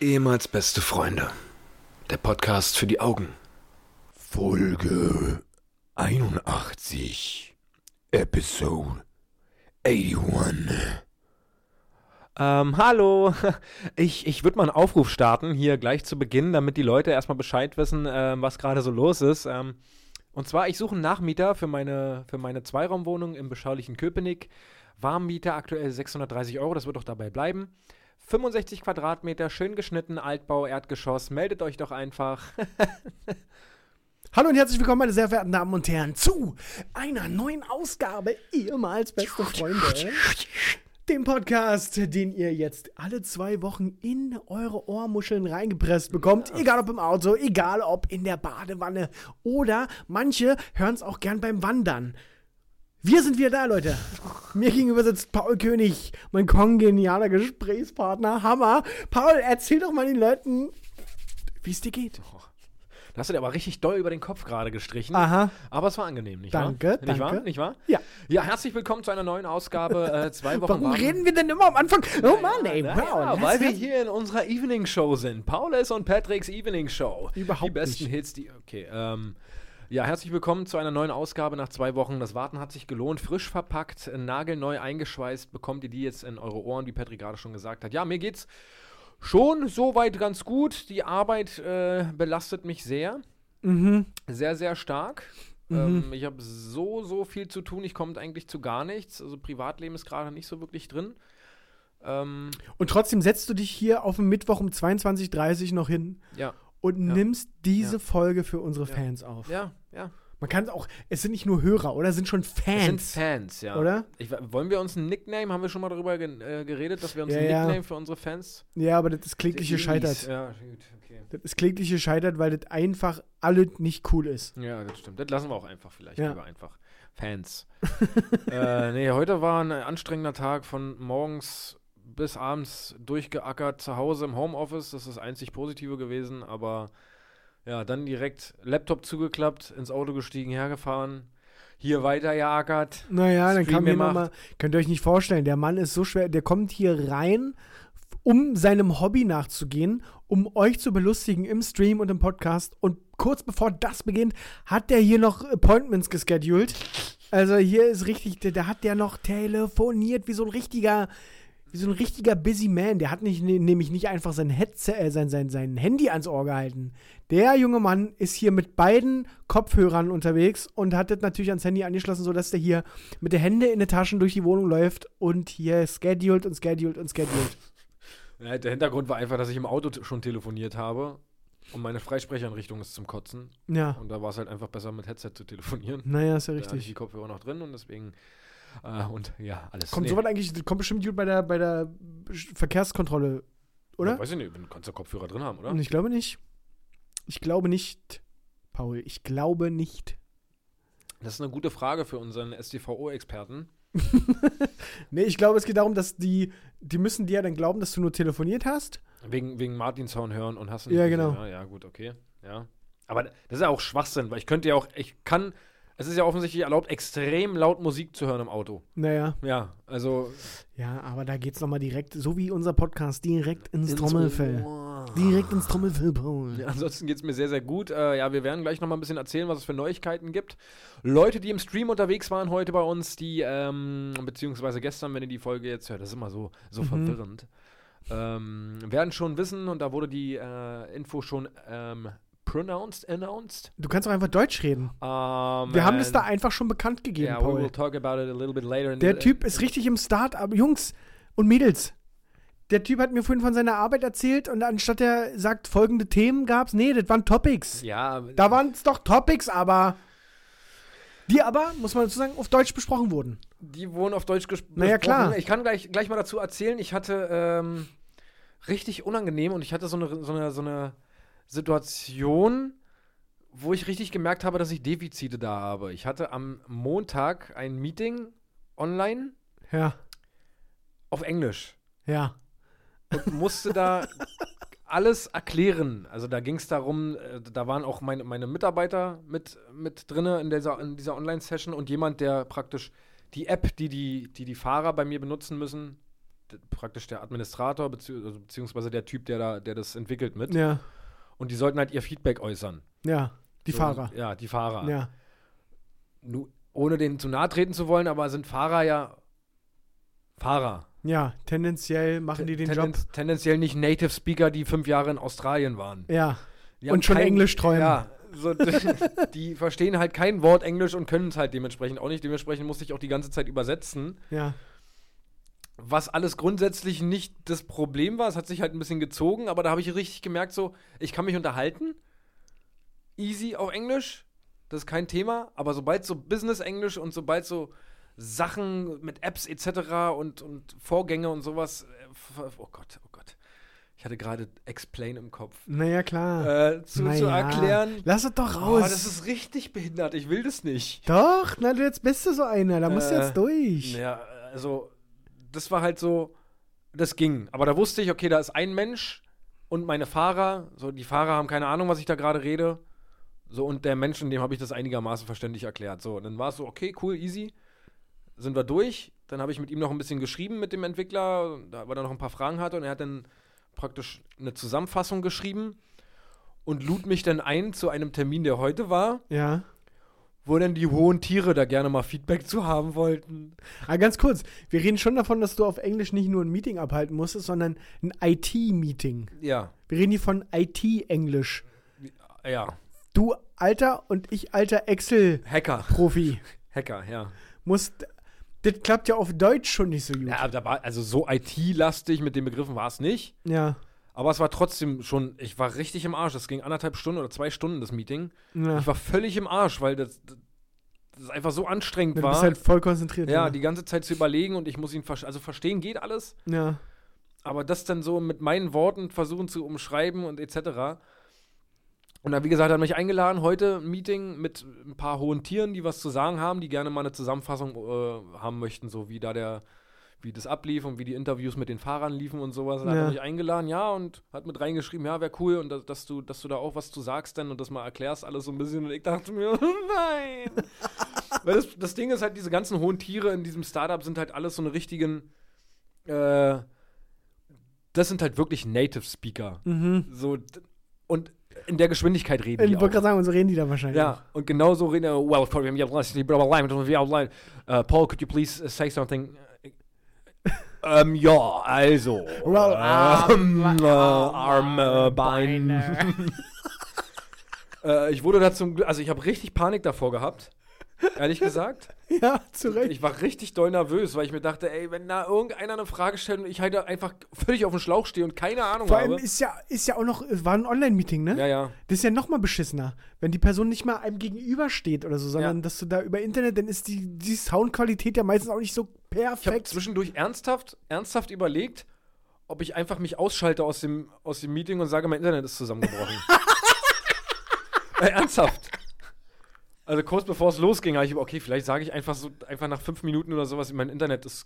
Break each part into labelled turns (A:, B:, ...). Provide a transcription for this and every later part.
A: Ehemals beste Freunde. Der Podcast für die Augen.
B: Folge 81, Episode 81.
C: Ähm, hallo. Ich, ich würde mal einen Aufruf starten, hier gleich zu Beginn, damit die Leute erstmal Bescheid wissen, ähm, was gerade so los ist. Ähm, und zwar, ich suche einen Nachmieter für meine, für meine Zweiraumwohnung im beschaulichen Köpenick. Warmmieter aktuell 630 Euro, das wird auch dabei bleiben. 65 Quadratmeter, schön geschnitten, Altbau, Erdgeschoss. Meldet euch doch einfach.
D: Hallo und herzlich willkommen, meine sehr verehrten Damen und Herren, zu einer neuen Ausgabe ehemals beste Freunde. Dem Podcast, den ihr jetzt alle zwei Wochen in eure Ohrmuscheln reingepresst bekommt. Egal ob im Auto, egal ob in der Badewanne oder manche hören es auch gern beim Wandern. Wir sind wieder da, Leute. Mir gegenüber sitzt Paul König, mein kongenialer Gesprächspartner. Hammer. Paul, erzähl doch mal den Leuten, wie es dir geht.
C: Da hast du dir aber richtig doll über den Kopf gerade gestrichen.
D: Aha.
C: Aber es war angenehm, nicht
D: Ah. Danke,
C: wahr? Nicht wahr?
D: danke.
C: Nicht wahr?
D: Ja.
C: Ja, herzlich willkommen zu einer neuen Ausgabe. Äh, zwei Wochen
D: Warum
C: warten.
D: reden wir denn immer am Anfang? Oh Mann, ey, wow.
C: Ja,
D: das
C: weil wir
D: ist-
C: hier in unserer Evening Show sind. Paulus und Patricks Evening Show.
D: Überhaupt
C: Die besten
D: nicht.
C: Hits, die. Okay, ähm. Ja, herzlich willkommen zu einer neuen Ausgabe nach zwei Wochen. Das Warten hat sich gelohnt. Frisch verpackt, äh, nagelneu eingeschweißt. Bekommt ihr die jetzt in eure Ohren, wie Patrick gerade schon gesagt hat. Ja, mir geht's schon soweit ganz gut. Die Arbeit äh, belastet mich sehr.
D: Mhm.
C: Sehr, sehr stark. Ähm, ich habe so, so viel zu tun. Ich komme eigentlich zu gar nichts. Also Privatleben ist gerade nicht so wirklich drin. Ähm,
D: Und trotzdem setzt du dich hier auf den Mittwoch um 22.30 Uhr noch hin
C: ja.
D: und
C: Ja.
D: nimmst diese
C: Ja.
D: Folge für unsere Fans auf.
C: Ja, ja.
D: Man kann es auch, es sind nicht nur Hörer, oder? Es sind schon
C: Es sind
D: Fans.
C: Fans, ja.
D: Oder?
C: Ich, we- wollen wir uns einen Nickname? Haben wir schon mal darüber gen- äh, geredet, dass wir uns
D: Ja,
C: einen
D: ja.
C: Nickname für unsere Fans?
D: Ja, aber das ist kläglich
C: Die Inis.
D: gescheitert.
C: Ja, gut, okay.
D: Das ist kläglich gescheitert, weil das einfach alles nicht cool ist.
C: Ja, das stimmt. Das lassen wir auch einfach vielleicht.
D: Ja.
C: Lieber einfach. Fans. äh, nee, heute war ein anstrengender Tag von morgens bis abends durchgeackert zu Hause im Homeoffice. Das ist das einzig Positive gewesen, aber ja, dann direkt Laptop zugeklappt, ins Auto gestiegen, hergefahren, hier weiter geackert.
D: Naja, dann
C: Stream
D: kann mir
C: gemacht.
D: mal, könnt ihr euch nicht vorstellen, der Mann ist so schwer, der kommt hier rein, um seinem Hobby nachzugehen, um euch zu belustigen im Stream und im Podcast. Und kurz bevor das beginnt, hat der hier noch Appointments gescheduled. Also hier ist richtig, da hat der noch telefoniert wie so ein richtiger, wie so ein richtiger Busy Man. Der hat nicht, ne- nämlich nicht einfach sein, Headset, äh, sein, sein, sein Handy ans Ohr gehalten. Der junge Mann ist hier mit beiden Kopfhörern unterwegs und hat das natürlich ans Handy angeschlossen, sodass der hier mit den Händen in den Taschen durch die Wohnung läuft und hier scheduled und scheduled und scheduled.
C: Ja, Äh, der Hintergrund war einfach, dass ich im Auto t- schon telefoniert habe und meine Freisprecherinrichtung ist zum Kotzen.
D: Ja,
C: Und da war es halt einfach besser, mit Headset zu telefonieren.
D: naja, ist ja
C: Da hatte ich
D: richtig.
C: die Kopfhörer noch drin und deswegen. Äh, und ja, alles.
D: Kommt
C: nee.
D: sowas eigentlich, kommt bestimmt gut bei der, bei der Verkehrskontrolle,
C: Ja,
D: oder?
C: weiß ich nicht, du kannst ja Kopfhörer drin haben, oder?
D: Ich glaube nicht. Ich glaube nicht, Paul. Ich glaube nicht.
C: Das ist eine gute Frage für unseren STVO-Experten.
D: Nee, ich glaube, es geht darum, dass die, die müssen dir ja dann glauben, dass du nur telefoniert hast.
C: Wegen, wegen Martinshorn hören und hassen.
D: Ja, genau.
C: Ja, ja, gut, okay. Ja. Aber das ist ja auch Schwachsinn, weil ich könnte ja auch, ich kann, es ist ja offensichtlich erlaubt, extrem laut Musik zu hören im Auto.
D: Naja.
C: Ja, also.
D: Ja, aber da geht's nochmal direkt, so wie unser Podcast, direkt ins,
C: ins
D: Trommelfell.
C: Ohr.
D: Direkt ins Trommelfell, Paul.
C: Ja, ansonsten geht es mir sehr, sehr gut. Äh, ja, wir werden gleich nochmal ein bisschen erzählen, was es für Neuigkeiten gibt. Leute, die im Stream unterwegs waren heute bei uns, die, ähm, beziehungsweise gestern, wenn ihr die Folge jetzt hört, das ist immer so,
D: Mhm.
C: so verwirrend, ähm, werden schon wissen, und da wurde die äh, Info schon ähm, pronounced, announced.
D: Du kannst auch einfach Deutsch reden.
C: Ähm,
D: Wir haben es da einfach schon bekannt gegeben,
C: Yeah, we
D: Paul.
C: will talk about it a little bit later. in
D: Der
C: the-
D: Typ ist richtig im Start, aber Jungs und Mädels. Der Typ hat mir vorhin von seiner Arbeit erzählt und anstatt er sagt, folgende Themen gab's, nee, das waren Topics.
C: Ja,
D: Da waren es doch Topics, aber die aber, muss man dazu sagen, auf Deutsch besprochen wurden.
C: Die wurden auf Deutsch ges- gesprochen.
D: Na ja, klar.
C: Ich kann gleich, gleich mal dazu erzählen, ich hatte ähm, richtig unangenehm und ich hatte so eine, so, eine, so eine Situation, wo ich richtig gemerkt habe, dass ich Defizite da habe. Ich hatte am Montag ein Meeting online
D: Ja,
C: auf Englisch
D: ja.
C: und musste da alles erklären. Also da ging es darum, äh, da waren auch meine, meine Mitarbeiter mit, mit drin in dieser, in dieser Online-Session und jemand, der praktisch die App, die die, die die Fahrer bei mir benutzen müssen, d- praktisch der Administrator bezieh- also beziehungsweise der Typ, der da, der das entwickelt mit.
D: Ja,
C: Und die sollten halt ihr Feedback äußern.
D: ja. Die
C: So,
D: Fahrer.
C: Ja, die Fahrer.
D: Ja.
C: Nu, ohne denen zu nahe treten zu wollen, aber sind Fahrer ja Fahrer.
D: Ja, tendenziell machen die den Job.
C: Tendenz- Tendenziell nicht Native Speaker, die fünf Jahre in Australien waren.
D: Ja.
C: Die
D: Und
C: haben
D: schon Englisch träumen.
C: Ja, so, die verstehen halt kein Wort Englisch und können es halt dementsprechend auch nicht. Dementsprechend musste ich auch die ganze Zeit übersetzen.
D: Ja.
C: Was alles grundsätzlich nicht das Problem war. Es hat sich halt ein bisschen gezogen, aber da habe ich richtig gemerkt, so, ich kann mich unterhalten. Easy auf Englisch. Das ist kein Thema. Aber sobald so Business-Englisch und sobald so Sachen mit Apps etc. und, und Vorgänge und sowas. äh, f- Oh Gott, oh Gott. Ich hatte gerade Explain im Kopf.
D: Naja, klar.
C: Äh, zu,
D: Na
C: zu
D: ja.
C: erklären.
D: Lass es doch
C: Oh,
D: raus.
C: das ist richtig behindert. Ich will das nicht.
D: doch, na, du jetzt bist du so einer. Da musst du
C: Äh,
D: jetzt durch.
C: Naja, also, das war halt so, das ging. Aber da wusste ich, okay, da ist ein Mensch und meine Fahrer. So, die Fahrer haben keine Ahnung, was ich da gerade rede. So, und der Mensch, in dem habe ich das einigermaßen verständlich erklärt. So, und dann war es so, okay, cool, easy. Sind wir durch. Dann habe ich mit ihm noch ein bisschen geschrieben mit dem Entwickler, da- weil er noch ein paar Fragen hatte. Und er hat dann praktisch eine Zusammenfassung geschrieben und lud mich dann ein zu einem Termin, der heute war.
D: Ja.
C: wo denn die hohen Tiere da gerne mal Feedback zu haben wollten.
D: Aber Ah, ganz kurz, wir reden schon davon, dass du auf Englisch nicht nur ein Meeting abhalten musstest, sondern ein IT-Meeting.
C: Ja,
D: Wir reden hier von IT-Englisch.
C: ja.
D: Du alter und ich alter Excel-Profi
C: Hacker. Hacker, ja.
D: musst. Das klappt ja auf Deutsch schon nicht so gut.
C: Ja, da war, also so IT-lastig mit den Begriffen war es nicht.
D: Ja.
C: Aber es war trotzdem schon, ich war richtig im Arsch. Das ging anderthalb Stunden oder zwei Stunden, das Meeting.
D: ja.
C: Ich war völlig im Arsch, weil das, das einfach so anstrengend
D: Du
C: war.
D: bist halt voll konzentriert.
C: ja,
D: ne?
C: die ganze Zeit zu überlegen und ich muss ihn verstehen. Also verstehen geht alles,
D: ja.
C: aber das dann so mit meinen Worten versuchen zu umschreiben und etc. Und dann, wie gesagt, hat mich eingeladen, heute ein Meeting mit ein paar hohen Tieren, die was zu sagen haben, die gerne mal eine Zusammenfassung äh, haben möchten, so wie da der, wie das ablief und wie die Interviews mit den Fahrern liefen und sowas. Dann hat
D: Ja.
C: er mich eingeladen, ja, und hat mit reingeschrieben, ja, wäre cool und dass, dass du, dass du da auch was zu sagst dann und das mal erklärst, alles so ein bisschen. Und ich dachte mir, nein. Weil das, das Ding ist halt, diese ganzen hohen Tiere in diesem Startup sind halt alles so eine richtigen, äh, das sind halt wirklich Native Speaker.
D: Mhm.
C: So, d- und in der Geschwindigkeit reden
D: Ich
C: die
D: wollte gerade
C: auch.
D: sagen, und so reden die da wahrscheinlich.
C: Ja, und genauso reden äh, well, sorry, we have lost the blah, blah, blah, we have lost- äh, Paul, could you please äh, say something? ähm, ja, also.
D: Well, ah, oh,
C: ähm,
D: Arm-
C: äh, Arme, Beine. Äh, ich wurde da zum Glück, also ich habe richtig Panik davor gehabt. Ehrlich gesagt.
D: Ja, zu Recht.
C: Ich war richtig doll nervös, weil ich mir dachte, ey, wenn da irgendeiner eine Frage stellt und ich halt einfach völlig auf dem Schlauch stehe und keine Ahnung
D: Vor allem
C: habe.
D: ist ja, ist ja auch noch, es war ein Online-Meeting, ne?
C: ja, ja.
D: Das ist ja noch mal beschissener. Wenn die Person nicht mal einem gegenübersteht oder so, sondern
C: Ja.
D: dass du da über Internet, dann ist die, die Soundqualität ja meistens auch nicht so
C: Ich habe
D: perfekt.
C: zwischendurch ernsthaft, ernsthaft überlegt, ob ich einfach mich ausschalte aus dem, aus dem Meeting und sage, mein Internet ist zusammengebrochen. äh, ernsthaft. Also kurz bevor es losging, habe ich, okay, vielleicht sage ich einfach so, einfach nach fünf Minuten oder sowas, mein Internet ist,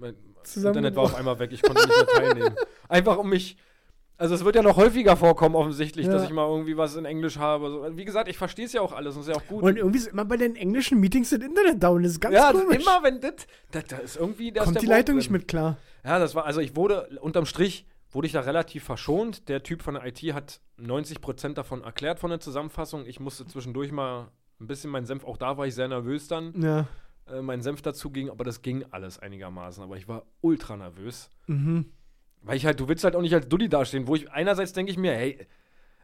C: mein Internet war auf einmal weg, ich konnte nicht mehr teilnehmen. Einfach um mich, also es wird ja noch häufiger vorkommen offensichtlich,
D: Ja.
C: dass ich mal irgendwie was in Englisch habe. So, Wie gesagt, ich verstehe es ja auch alles und ist ja auch gut.
D: Und irgendwie ist immer bei den englischen Meetings das Internet down. Das ist ganz
C: ja,
D: komisch.
C: immer wenn das, da, da ist irgendwie, da ist
D: Kommt
C: der
D: die
C: Wurm
D: Leitung nicht
C: drin.
D: mit klar.
C: Ja, das war, also ich wurde, unterm Strich wurde ich da relativ verschont. Der Typ von der IT hat 90% davon erklärt von der Zusammenfassung. Ich musste zwischendurch mal ein bisschen meinen Senf, auch da war ich sehr nervös dann,
D: Ja.
C: äh, meinen Senf dazu ging, aber das ging alles einigermaßen. Aber ich war ultra nervös.
D: Mhm.
C: Weil ich halt, du willst halt auch nicht als Dulli dastehen, wo ich, einerseits denke ich mir, hey,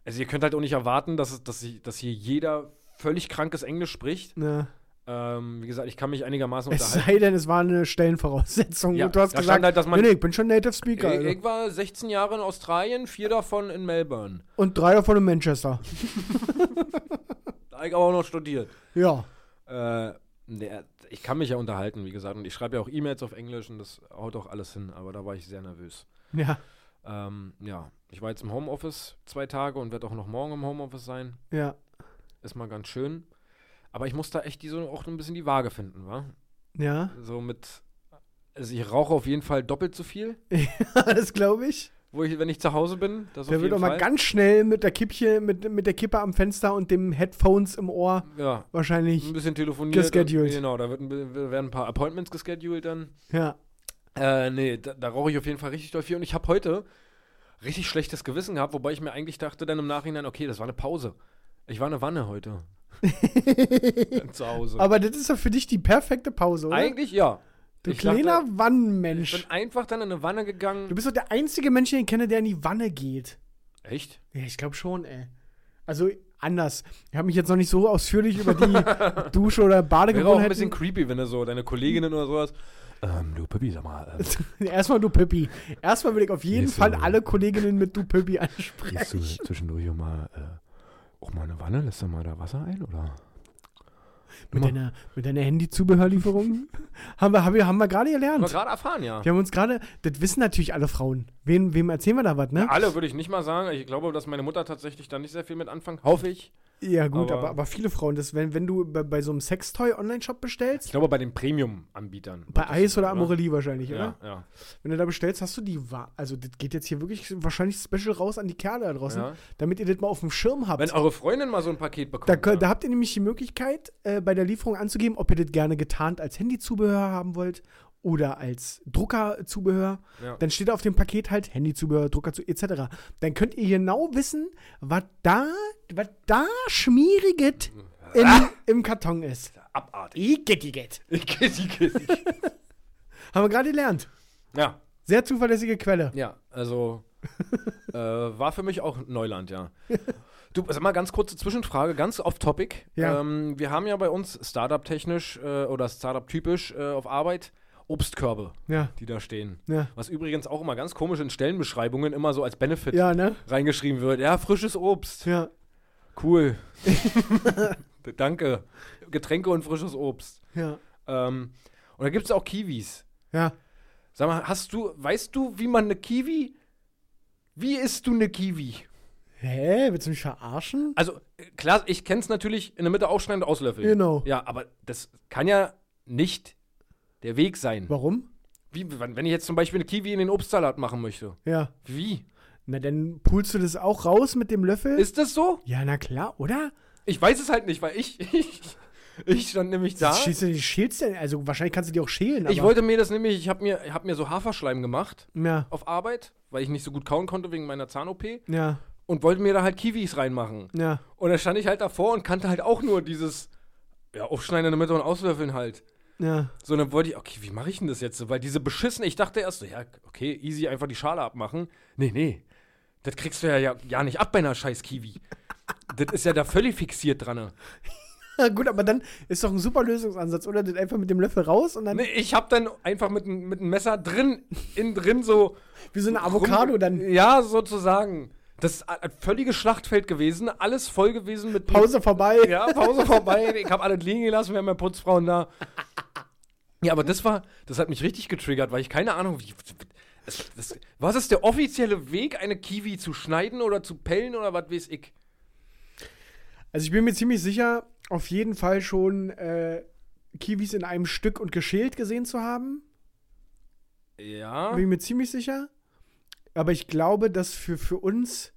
C: also ihr könnt halt auch nicht erwarten, dass, es, dass, ich, dass hier jeder völlig krankes Englisch spricht.
D: Ja.
C: Ähm, wie gesagt, ich kann mich einigermaßen
D: Es
C: unterhalten.
D: sei denn, es war eine Stellenvoraussetzung.
C: halt. Ja,
D: du hast
C: da stand
D: gesagt,
C: halt, dass man-
D: nee, nee, ich bin schon Native Speaker.
C: Ich,
D: also.
C: ich war 16 Jahre in Australien, vier davon in Melbourne.
D: Und drei davon in Manchester.
C: Da hab ich aber auch noch studiert.
D: Ja.
C: Äh, nee, ich kann mich ja unterhalten, wie gesagt. Und ich schreibe ja auch E-Mails auf Englisch und das haut auch alles hin. Aber da war ich sehr nervös.
D: Ja.
C: Ähm, ja, ich war jetzt im Homeoffice zwei Tage und werde auch noch morgen im Homeoffice sein.
D: Ja.
C: Ist mal ganz schön. Aber ich muss da echt die, so auch ein bisschen die Waage finden, wa?
D: Ja.
C: So mit. Also ich rauche auf jeden Fall doppelt so viel,
D: das glaube ich.
C: wo ich, wenn ich zu Hause bin. Das Also auf
D: Der wird
C: jeden
D: auch mal
C: Fall.
D: ganz schnell mit der Kippche, mit, mit der Kippe am Fenster und dem Headphones im Ohr
C: ja, Mhm.
D: wahrscheinlich.
C: ein bisschen telefoniert.
D: Gescheduled.
C: Genau, da wird ein, bi- werden ein paar Appointments gescheduled dann.
D: Ja.
C: Äh, nee, da, da rauche ich auf jeden Fall richtig doll viel. Und ich habe heute richtig schlechtes Gewissen gehabt, wobei ich mir eigentlich dachte dann im Nachhinein, okay, das war eine Pause. Ich war eine Wanne heute. Zu Hause.
D: Aber das ist doch für dich die perfekte Pause, oder?
C: eigentlich ja.
D: du
C: ich
D: kleiner
C: dachte, ich
D: Wannenmensch.
C: bin einfach dann in eine Wanne
D: Du
C: gegangen.
D: bist doch der einzige Mensch, den ich kenne, der in die Wanne geht.
C: Echt?
D: Ja, ich glaube schon, ey. Also anders. Ich habe mich jetzt noch nicht so ausführlich über die Dusche
C: Wäre auch ein
D: oder
C: bisschen
D: Badegewohnheiten.
C: creepy, wenn du so deine Kolleginnen oder sowas. Ähm, du Pippi, sag mal. Ähm,
D: Erstmal du Pippi. Erstmal will ich auf jeden
C: Ist so.
D: Fall alle Kolleginnen mit du Pippi ansprechen.
C: gehst du zwischendurch auch mal, äh, auch mal eine Wanne? Lässt du mal da Wasser ein? Oder?
D: Mit
C: Mach-
D: deiner, mit deiner Handy-Zubehörlieferung? haben wir, haben wir, haben wir gerade
C: Haben wir
D: gelernt.
C: gerade erfahren, ja.
D: Wir haben uns gerade, das wissen natürlich alle Frauen. Wen, wem erzählen wir da was, ne?
C: Alle würde ich nicht mal sagen. Ich glaube, dass meine Mutter tatsächlich da nicht sehr viel mit anfängt. Hoffe ich.
D: Ja, gut, aber,
C: aber-
D: aber, viele Frauen, das, wenn, wenn du bei, bei so einem Sextoy-Online-Shop
C: Ich
D: bestellst,
C: glaube, bei den Premium-Anbietern.
D: bei Eis oder Amorelie wahrscheinlich,
C: ne? Ja,
D: oder?
C: ja.
D: Wenn du da bestellst, hast du die, Wa- also das geht jetzt hier wirklich wahrscheinlich special raus an die Kerle da draußen,
C: Ja.
D: damit ihr das mal auf dem Schirm habt.
C: Wenn eure Freundin mal so ein Paket bekommt.
D: Da, könnt, da
C: ja.
D: habt ihr nämlich die Möglichkeit, äh, bei der Lieferung anzugeben, ob ihr das gerne getarnt als Handyzubehör haben wollt oder als Druckerzubehör.
C: Ja.
D: Dann steht auf dem Paket halt Handyzubehör, Drucker zu etc. Dann könnt ihr genau wissen, was da, was da schmieriget in, im Karton ist.
C: Abartig.
D: Igetiget.
C: Kissi, kissi.
D: Haben wir gerade gelernt.
C: ja,
D: Sehr zuverlässige Quelle.
C: ja, also äh, war für mich auch Neuland, ja. Du, sag mal, ganz kurze Zwischenfrage, ganz off-topic.
D: Ja.
C: Ähm, wir haben ja bei uns Startup-technisch äh, oder Startup-typisch äh, auf Arbeit Obstkörbe,
D: Ja,
C: die da stehen.
D: ja.
C: Was übrigens auch immer ganz komisch in Stellenbeschreibungen immer so als Benefit
D: Ja, ne?
C: reingeschrieben wird. Ja, frisches Obst.
D: Ja.
C: Cool. Danke. Getränke und frisches Obst.
D: Ja.
C: Ähm, und da gibt es auch Kiwis.
D: Ja.
C: Sag mal, hast du, weißt du, wie man eine Kiwi? Wie isst du eine Kiwi?
D: Hä? Willst du mich verarschen?
C: Also, äh, klar, ich kenn's natürlich in der Mitte ausschneiden und auslöffeln.
D: Genau.
C: Ja, aber das kann ja nicht der Weg sein.
D: Warum?
C: Wie, wenn wenn ich jetzt zum Beispiel eine Kiwi in den Obstsalat machen möchte.
D: Ja.
C: Wie?
D: Na, dann pulst du das auch raus mit dem Löffel.
C: Ist das so?
D: ja, na klar, oder?
C: Ich weiß es halt nicht, weil ich, ich, ich stand nämlich da.
D: Schälst du die schälst denn? Also wahrscheinlich kannst du die auch schälen.
C: Ich
D: aber-
C: wollte mir das nämlich, ich habe mir, ich hab mir so Haferschleim gemacht
D: Ja,
C: auf Arbeit, weil ich nicht so gut kauen konnte wegen meiner Zahn-OP
D: ja,
C: und wollte mir da halt Kiwis reinmachen.
D: ja.
C: Und da stand ich halt davor und kannte halt auch nur dieses ja, Aufschneiden in der Mitte und Auslöffeln halt.
D: Ja,
C: So, dann wollte ich, okay, wie mache ich denn das jetzt? Weil diese beschissene, ich dachte erst so, ja, okay, easy, einfach die Schale abmachen. Nee, nee, das kriegst du ja, ja, ja nicht ab bei einer scheiß Kiwi. das ist ja da völlig fixiert dran.
D: Gut, aber dann ist doch ein super Lösungsansatz, oder? Das einfach mit dem Löffel raus und dann
C: Nee, ich hab dann einfach mit, n- mit einem Messer drin, innen drin so
D: wie so eine Avocado
C: Rum-
D: dann
C: Ja, sozusagen. Das ist ein völliges Schlachtfeld gewesen, alles voll gewesen mit
D: Pause vorbei.
C: Ja, Pause vorbei. Ich habe alles liegen gelassen, wir haben ja Putzfrauen da. Ja, aber das war, das hat mich richtig getriggert, weil ich keine Ahnung, wie. Das, das, was ist der offizielle Weg, eine Kiwi zu schneiden oder zu pellen oder was weiß ich?
D: Also ich bin mir ziemlich sicher, auf jeden Fall schon äh, Kiwis in einem Stück und geschält gesehen zu haben.
C: Ja.
D: Bin mir ziemlich sicher. Aber ich glaube, dass für, für uns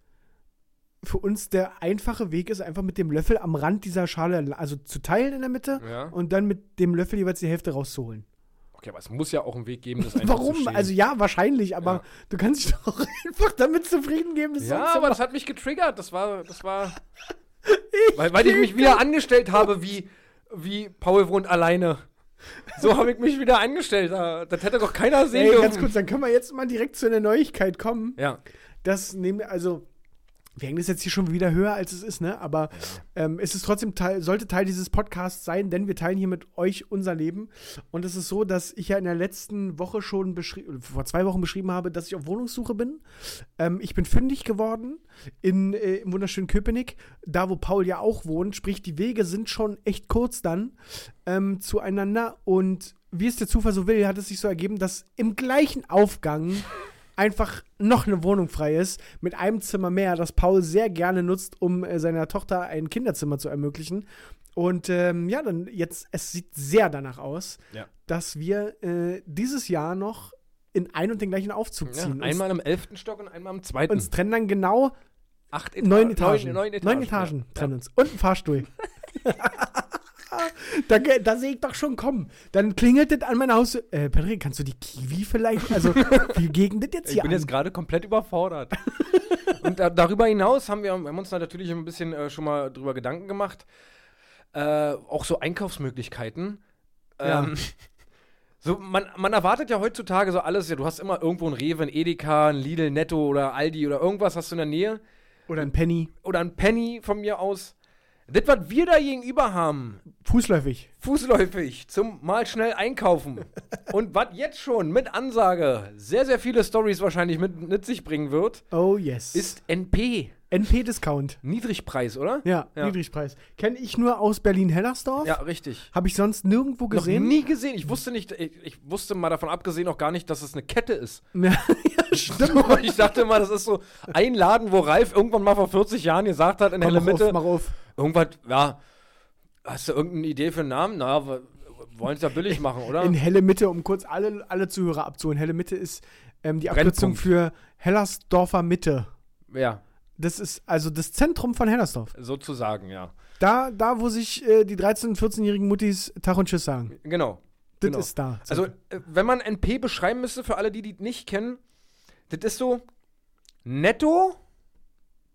D: für uns der einfache Weg ist, einfach mit dem Löffel am Rand dieser Schale, also zu teilen in der Mitte
C: Ja.
D: und dann mit dem Löffel jeweils die Hälfte rauszuholen.
C: Okay, aber es muss ja auch einen Weg geben, das einfach zu
D: Warum?
C: schälen.
D: Also ja, wahrscheinlich, aber
C: Ja.
D: du kannst dich doch einfach damit zufrieden geben, dass
C: ja,
D: so
C: aber das hat mich getriggert. Das war, das war. weil, weil ich mich wieder angestellt habe, wie, wie Paul wohnt alleine. So habe ich mich wieder angestellt. Da- Das hätte doch keiner sehen
D: Ey,
C: dürfen.
D: ganz kurz, dann können wir jetzt mal direkt zu einer Neuigkeit kommen.
C: Ja.
D: Das nehmen wir, also, wir hängen das jetzt hier schon wieder höher, als es ist, ne? Aber ähm, es ist trotzdem Teil, sollte Teil dieses Podcasts sein, denn wir teilen hier mit euch unser Leben. Und es ist so, dass ich ja in der letzten Woche schon beschrieben, vor zwei Wochen beschrieben habe, dass ich auf Wohnungssuche bin. Ähm, ich bin fündig geworden in, äh, im wunderschönen Köpenick, da wo Paul ja auch wohnt. Sprich, die Wege sind schon echt kurz dann ähm, zueinander. Und wie es der Zufall so will, hat es sich so ergeben, dass im gleichen Aufgang einfach noch eine Wohnung frei ist, mit einem Zimmer mehr, das Paul sehr gerne nutzt, um äh, seiner Tochter ein Kinderzimmer zu ermöglichen. Und ähm, ja, dann jetzt, es sieht sehr danach aus,
C: Ja.
D: dass wir äh, dieses Jahr noch in einen und den gleichen Aufzug
C: ja.
D: ziehen.
C: Einmal im elften Stock und einmal im zweiten.
D: uns, uns trennen dann genau
C: Acht Eta
D: neun Etagen.
C: Neun, neun Etagen.
D: trennen uns. Und ein Fahrstuhl. Da, ge- da sehe ich doch schon kommen. Dann klingelt das an meiner Haustür. Äh, Patrick, kannst du die Kiwi vielleicht? Also, wie gegen das jetzt
C: Ich
D: hier
C: bin
D: an?
C: jetzt gerade komplett überfordert. Und da, darüber hinaus haben wir haben uns da natürlich ein bisschen äh, schon mal drüber Gedanken gemacht. Äh, auch so Einkaufsmöglichkeiten.
D: Ja.
C: Ähm, so, man, man erwartet ja heutzutage so alles. Ja, du hast immer irgendwo einen Rewe, einen Edeka, einen Lidl, Netto oder Aldi oder irgendwas hast du in der Nähe.
D: Oder ein Penny.
C: Oder einen Penny von mir aus. Das, was wir da gegenüber haben,
D: Fußläufig.
C: fußläufig zum mal schnell einkaufen. Und was jetzt schon mit Ansage sehr, sehr viele Stories wahrscheinlich mit, mit sich bringen wird,
D: Oh, yes.
C: ist NP.
D: NP-Discount.
C: Niedrigpreis, oder?
D: Ja,
C: Ja.
D: Niedrigpreis. Kenne ich nur aus Berlin-Hellersdorf.
C: Ja, richtig.
D: Habe ich sonst nirgendwo gesehen.
C: Noch nie gesehen. Ich wusste nicht, ich, ich wusste mal davon abgesehen auch gar nicht, dass es eine Kette ist.
D: Ja, stimmt.
C: Ich dachte immer, das ist so ein Laden, wo Ralf irgendwann mal vor 40 Jahren gesagt hat in
D: Komm,
C: der
D: mach auf,
C: Mitte,
D: mach auf.
C: irgendwas, ja, hast du irgendeine Idee für einen Namen? Naja, wir wollen es ja billig machen, oder?
D: In helle Mitte, um kurz alle, alle Zuhörer abzuholen. Helle Mitte ist ähm, die Abkürzung
C: Brennpunkt.
D: für Hellersdorfer Mitte.
C: ja,
D: Das ist also das Zentrum von Hellersdorf.
C: sozusagen, ja.
D: Da, da wo sich äh, die 13- und 14-jährigen Muttis Tag und Tschüss sagen.
C: Genau.
D: Das
C: Genau.
D: ist da.
C: Also, äh, wenn man NP beschreiben müsste, für alle, die die nicht kennen, das ist so netto,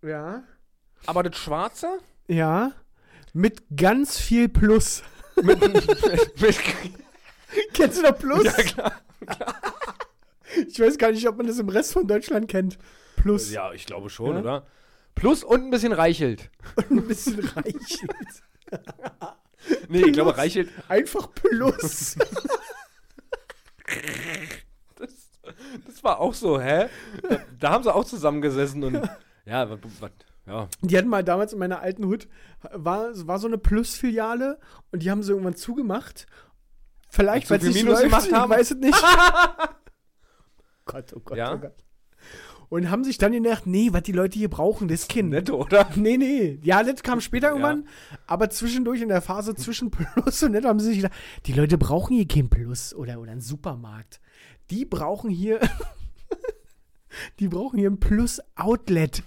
D: ja.
C: aber das Schwarze
D: Ja. Mit ganz viel Plus.
C: mit, mit,
D: Kennst du noch Plus?
C: Ja, klar.
D: Ich weiß gar nicht, ob man das im Rest von Deutschland kennt. Plus.
C: Ja, ich glaube schon,
D: Ja?
C: oder? Plus und ein bisschen Reichelt.
D: Ein bisschen reichelt.
C: Nee, ich glaube, Reichelt.
D: Einfach Plus.
C: Das, das war auch so, hä? Da, da haben sie auch zusammengesessen und. Ja, was. was ja.
D: Die hatten mal damals in meiner alten Hut, war, war so eine Plus-Filiale und die haben sie irgendwann zugemacht. Vielleicht,
C: Weil
D: weil
C: zu
D: sie
C: viel Minus gemacht
D: ich
C: haben?
D: weiß es nicht. Gott, oh Gott,
C: Ja?
D: oh Gott. Und haben sich dann gedacht, nee, was die Leute hier brauchen, das Kind.
C: Netto, oder?
D: Nee, nee. Ja, das kam später irgendwann, aber zwischendurch in der Phase zwischen Plus und Netto haben sie sich gedacht, die Leute brauchen hier kein Plus oder, oder einen Supermarkt. Die brauchen hier, die brauchen hier ein Plus-Outlet.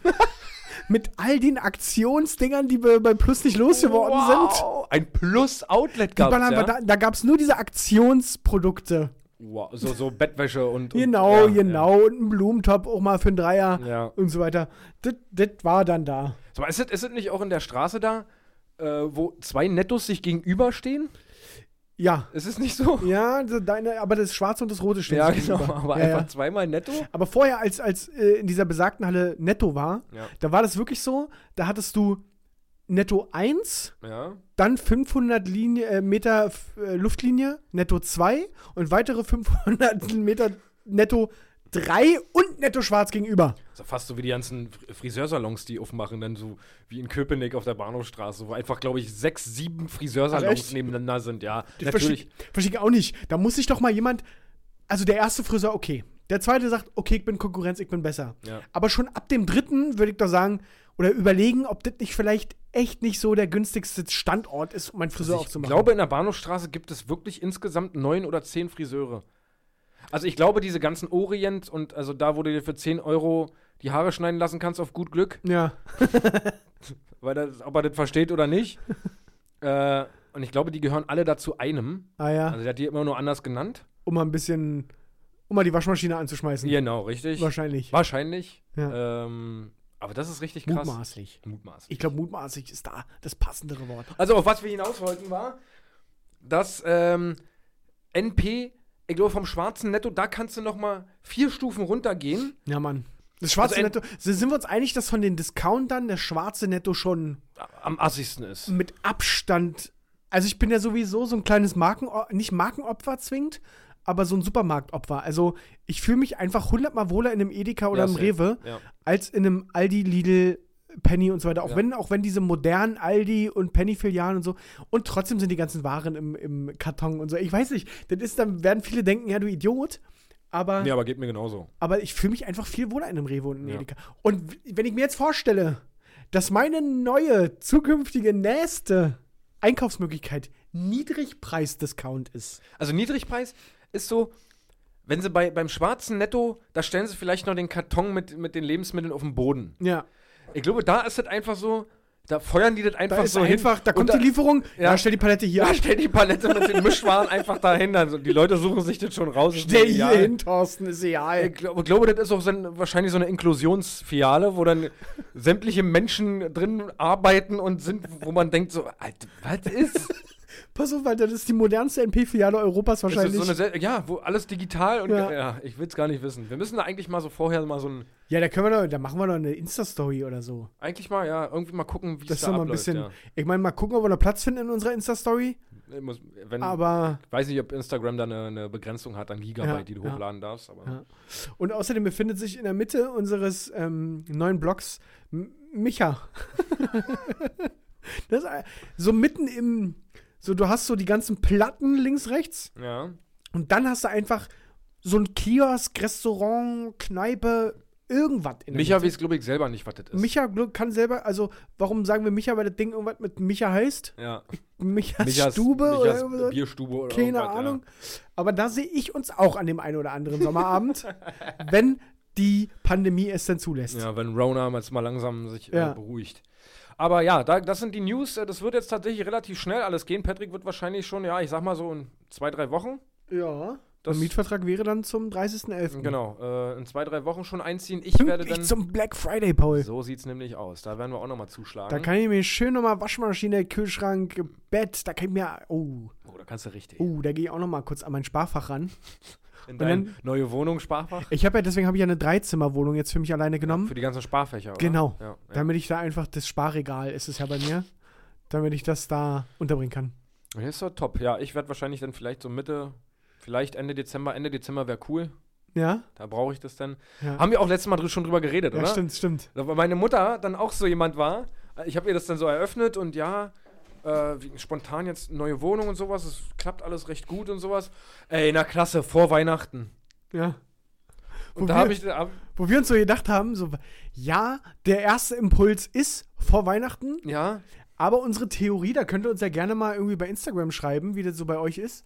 D: Mit all den Aktionsdingern, die wir bei Plus nicht losgeworden sind.
C: Wow, Ein Plus-Outlet gab es.
D: Ballern
C: Ja?
D: wir da da gab es nur diese Aktionsprodukte.
C: Wow, so, so Bettwäsche und. und
D: Genau,
C: ja,
D: genau. Und einen Blumentopf auch mal für einen Dreier
C: Ja. ja.
D: und so weiter. Das, das war dann da.
C: Sag mal, ist es, ist es nicht auch in der Straße da, äh, wo zwei Nettos sich gegenüberstehen?
D: Ja.
C: Ist es nicht so?
D: Ja, so deine, aber das Schwarze und das Rote stehen
C: Ja,
D: sich
C: genau,
D: gegenüber.
C: aber
D: ja,
C: einfach
D: ja.
C: zweimal netto?
D: Aber vorher, als, als äh, in dieser besagten Halle Netto war,
C: Ja.
D: da war das wirklich so, da hattest du Netto 1,
C: Ja.
D: dann 500 Linie, äh, Meter f- äh, Luftlinie, Netto 2 und weitere 500 Meter Netto 3 und Netto Schwarz gegenüber.
C: Ist ja fast so wie die ganzen Fr- Friseursalons, die aufmachen, dann so wie in Köpenick auf der Bahnhofstraße, wo einfach, glaube ich, sechs, sieben
D: Ach,
C: Friseursalons
D: echt?
C: nebeneinander sind, ja.
D: Das verstehe versteh ich auch nicht. Da muss sich doch mal jemand, also der erste Friseur, okay. Der zweite sagt, okay, ich bin Konkurrenz, ich bin besser.
C: Ja.
D: Aber schon ab dem dritten würde ich doch sagen, oder überlegen, ob das nicht vielleicht echt nicht so der günstigste Standort ist, um einen Friseur
C: Also Ich
D: aufzumachen.
C: glaube, in der Bahnhofstraße gibt es wirklich insgesamt neun oder zehn Friseure. Also ich glaube, diese ganzen Orient und also da, wo du dir für 10 Euro die Haare schneiden lassen kannst auf gut Glück,
D: ja.
C: weil das, ob er das versteht oder nicht. äh, und ich glaube, die gehören alle dazu einem.
D: Ah ja,
C: Also der hat die immer nur anders genannt.
D: um mal ein bisschen, um mal die Waschmaschine anzuschmeißen.
C: Genau, richtig.
D: Wahrscheinlich.
C: Wahrscheinlich.
D: Ja.
C: Ähm, aber das ist richtig krass.
D: Mutmaßlich.
C: Mutmaß.
D: Ich glaube, mutmaßlich ist da das passendere Wort.
C: Also auf was wir hinaus wollten war, dass ähm, NP, ich glaube vom schwarzen Netto, da kannst du noch mal vier Stufen runtergehen.
D: Ja, Mann. Das schwarze
C: Also ein-
D: Netto, sind wir uns einig, dass von den Discountern der schwarze Netto schon
C: Am assigsten ist.
D: mit Abstand. Also ich bin ja sowieso so ein kleines Marken, nicht Markenopfer zwingend, aber so ein Supermarktopfer. Also ich fühle mich einfach hundertmal wohler in einem Edeka oder
C: Ja,
D: im
C: safe.
D: Rewe
C: Ja.
D: als in einem Aldi, Lidl, Penny und so weiter. Auch
C: Ja.
D: wenn, auch wenn diese modernen Aldi und Penny-Filialen und so. Und trotzdem sind die ganzen Waren im, im Karton und so. Ich weiß nicht. Das ist, dann werden viele denken, ja, du Idiot. Aber,
C: Nee, aber geht mir genauso.
D: aber ich fühle mich einfach viel wohler in einem Rewe und einem
C: Ja.
D: Edeka. Und w- wenn ich mir jetzt vorstelle, dass meine neue, zukünftige, nächste Einkaufsmöglichkeit Niedrigpreis-Discount ist.
C: Also Niedrigpreis ist so, wenn sie bei, beim schwarzen Netto, da stellen sie vielleicht noch den Karton mit, mit den Lebensmitteln auf den Boden.
D: Ja.
C: Ich glaube, da ist es einfach so, Da feuern die das
D: Da
C: einfach
D: ist
C: so hin.
D: einfach, da kommt
C: und
D: die Lieferung,
C: Ja.
D: ja, stell die Palette hier
C: Ja,
D: ab.
C: stell die Palette mit den Mischwaren einfach dahin. Dann. Die Leute suchen sich das schon raus. ist mir
D: Stell hier
C: egal.
D: hin, Thorsten, ist egal.
C: Ich glaube, Äh, glaube, das ist auch so ein, wahrscheinlich so eine Inklusionsfiale, wo dann sämtliche Menschen drin arbeiten und sind, wo man denkt so, Alter, was ist?
D: Pass auf, Alter, das ist die modernste NP-Filiale Europas
C: Das
D: wahrscheinlich.
C: ist so eine, Sel- ja, wo alles digital und
D: Ja.
C: ja. ich will es gar nicht wissen. Wir müssen da eigentlich mal so vorher mal so ein,
D: ja, da können wir doch, da machen wir doch eine Insta-Story oder so.
C: eigentlich mal, ja, irgendwie mal gucken, wie
D: Das
C: es
D: ist
C: da
D: doch mal ein
C: abläuft.
D: bisschen. Ich meine, mal gucken, ob wir noch Platz finden in unserer Insta-Story.
C: ja. Ich muss, wenn,
D: Aber.
C: ich weiß nicht, ob Instagram da eine, eine Begrenzung hat an Gigabyte,
D: Ja,
C: die du
D: ja.
C: hochladen darfst, aber
D: Ja. Und außerdem befindet sich in der Mitte unseres ähm, neuen Blogs M Micha. das ist, äh, so mitten im. So, du hast so die ganzen Platten links, rechts.
C: ja.
D: Und dann hast du einfach so ein Kiosk, Restaurant, Kneipe, irgendwas in der
C: Micha
D: Mitte.
C: weiß, glaube ich, selber nicht, was das ist.
D: Micha Gluck kann selber, also warum sagen wir Micha, weil das Ding irgendwas mit Micha heißt?
C: ja.
D: Michas, Stube oder
C: Michas
D: irgendwas?
C: Bierstube oder
D: Keine
C: irgendwas,
D: Ahnung. Aber da sehe ich uns auch an dem einen oder anderen Sommerabend, wenn die Pandemie es denn zulässt.
C: Ja. ja, wenn Rona jetzt mal langsam sich
D: Ja.
C: äh, beruhigt. Aber ja, da, das sind die News. Äh, Das wird jetzt tatsächlich relativ schnell alles gehen. Patrick wird wahrscheinlich schon, ja, ich sag mal so in zwei, drei Wochen.
D: Ja. Der
C: Das-
D: Mietvertrag wäre dann zum 30.11.
C: Genau, äh, in zwei, drei Wochen schon einziehen. Ich werde
D: Pünktlich
C: dann.
D: zum Black Friday, Paul.
C: So Hm? sieht's nämlich aus. Da werden wir auch nochmal zuschlagen.
D: Da kann ich mir schön nochmal Waschmaschine, Kühlschrank, Bett, da kann ich mir, oh,
C: oh, da kannst du richtig.
D: oh, da gehe ich auch nochmal kurz an mein Sparfach ran.
C: in
D: dann-
C: deine neue Wohnung Sparfach.
D: Ich habe ja, deswegen habe ich ja eine Dreizimmerwohnung jetzt für mich alleine genommen.
C: Für die ganzen Sparfächer. Oder?
D: Äh, Genau.
C: Ja, ja.
D: Damit ich da einfach das Sparregal ist es ja bei mir, damit ich das da unterbringen kann.
C: Das ist doch top. Ja, ich werde wahrscheinlich dann vielleicht so Mitte, vielleicht Ende Dezember. Ende Dezember wäre cool.
D: Ja?
C: Da brauche ich das dann.
D: Ja.
C: Haben wir auch letztes Mal drü- schon drüber geredet,
D: Ja,
C: oder?
D: stimmt, stimmt.
C: Weil meine Mutter dann auch so jemand war. Ich habe ihr das dann so eröffnet und ja, äh, wie- spontan jetzt neue Wohnung und sowas. Es klappt alles recht gut und sowas. Ey, na klasse, vor Weihnachten.
D: Ja.
C: Und
D: Wo
C: da
D: wir-
C: habe ich, hab,
D: Wo wir uns so gedacht haben, so, ja, der erste Impuls ist vor Weihnachten,
C: ja,
D: aber unsere Theorie, da könnt ihr uns ja gerne mal irgendwie bei Instagram schreiben, wie das so bei euch ist.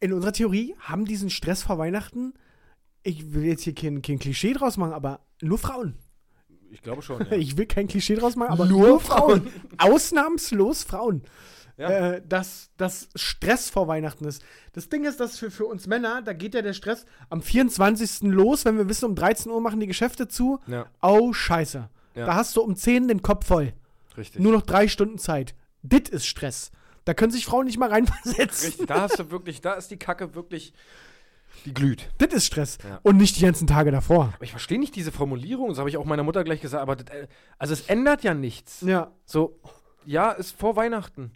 D: In unserer Theorie haben diesen Stress vor Weihnachten, ich will jetzt hier kein, kein Klischee draus machen, aber nur Frauen.
C: ich glaube schon. Ja.
D: Ich will kein Klischee draus machen, aber nur,
C: Nur
D: Frauen. Ausnahmslos Frauen.
C: Ja.
D: Äh, dass das Stress vor Weihnachten ist. Das Ding ist, dass für, für uns Männer, da geht ja der Stress am 24. los, wenn wir wissen, um 13 Uhr machen die Geschäfte zu.
C: ja,
D: Oh, scheiße.
C: Ja.
D: Da hast du um 10 den Kopf voll.
C: richtig.
D: Nur noch drei Stunden Zeit. Dit ist Stress. Da können sich Frauen nicht mal reinversetzen.
C: richtig. Da hast du wirklich, da ist die Kacke wirklich, die glüht.
D: Dit ist Stress.
C: Ja.
D: Und nicht die ganzen Tage davor.
C: Aber ich verstehe nicht diese Formulierung, das habe ich auch meiner Mutter gleich gesagt, aber das, äh, also es ändert ja nichts.
D: Ja.
C: So, ja, ist vor Weihnachten.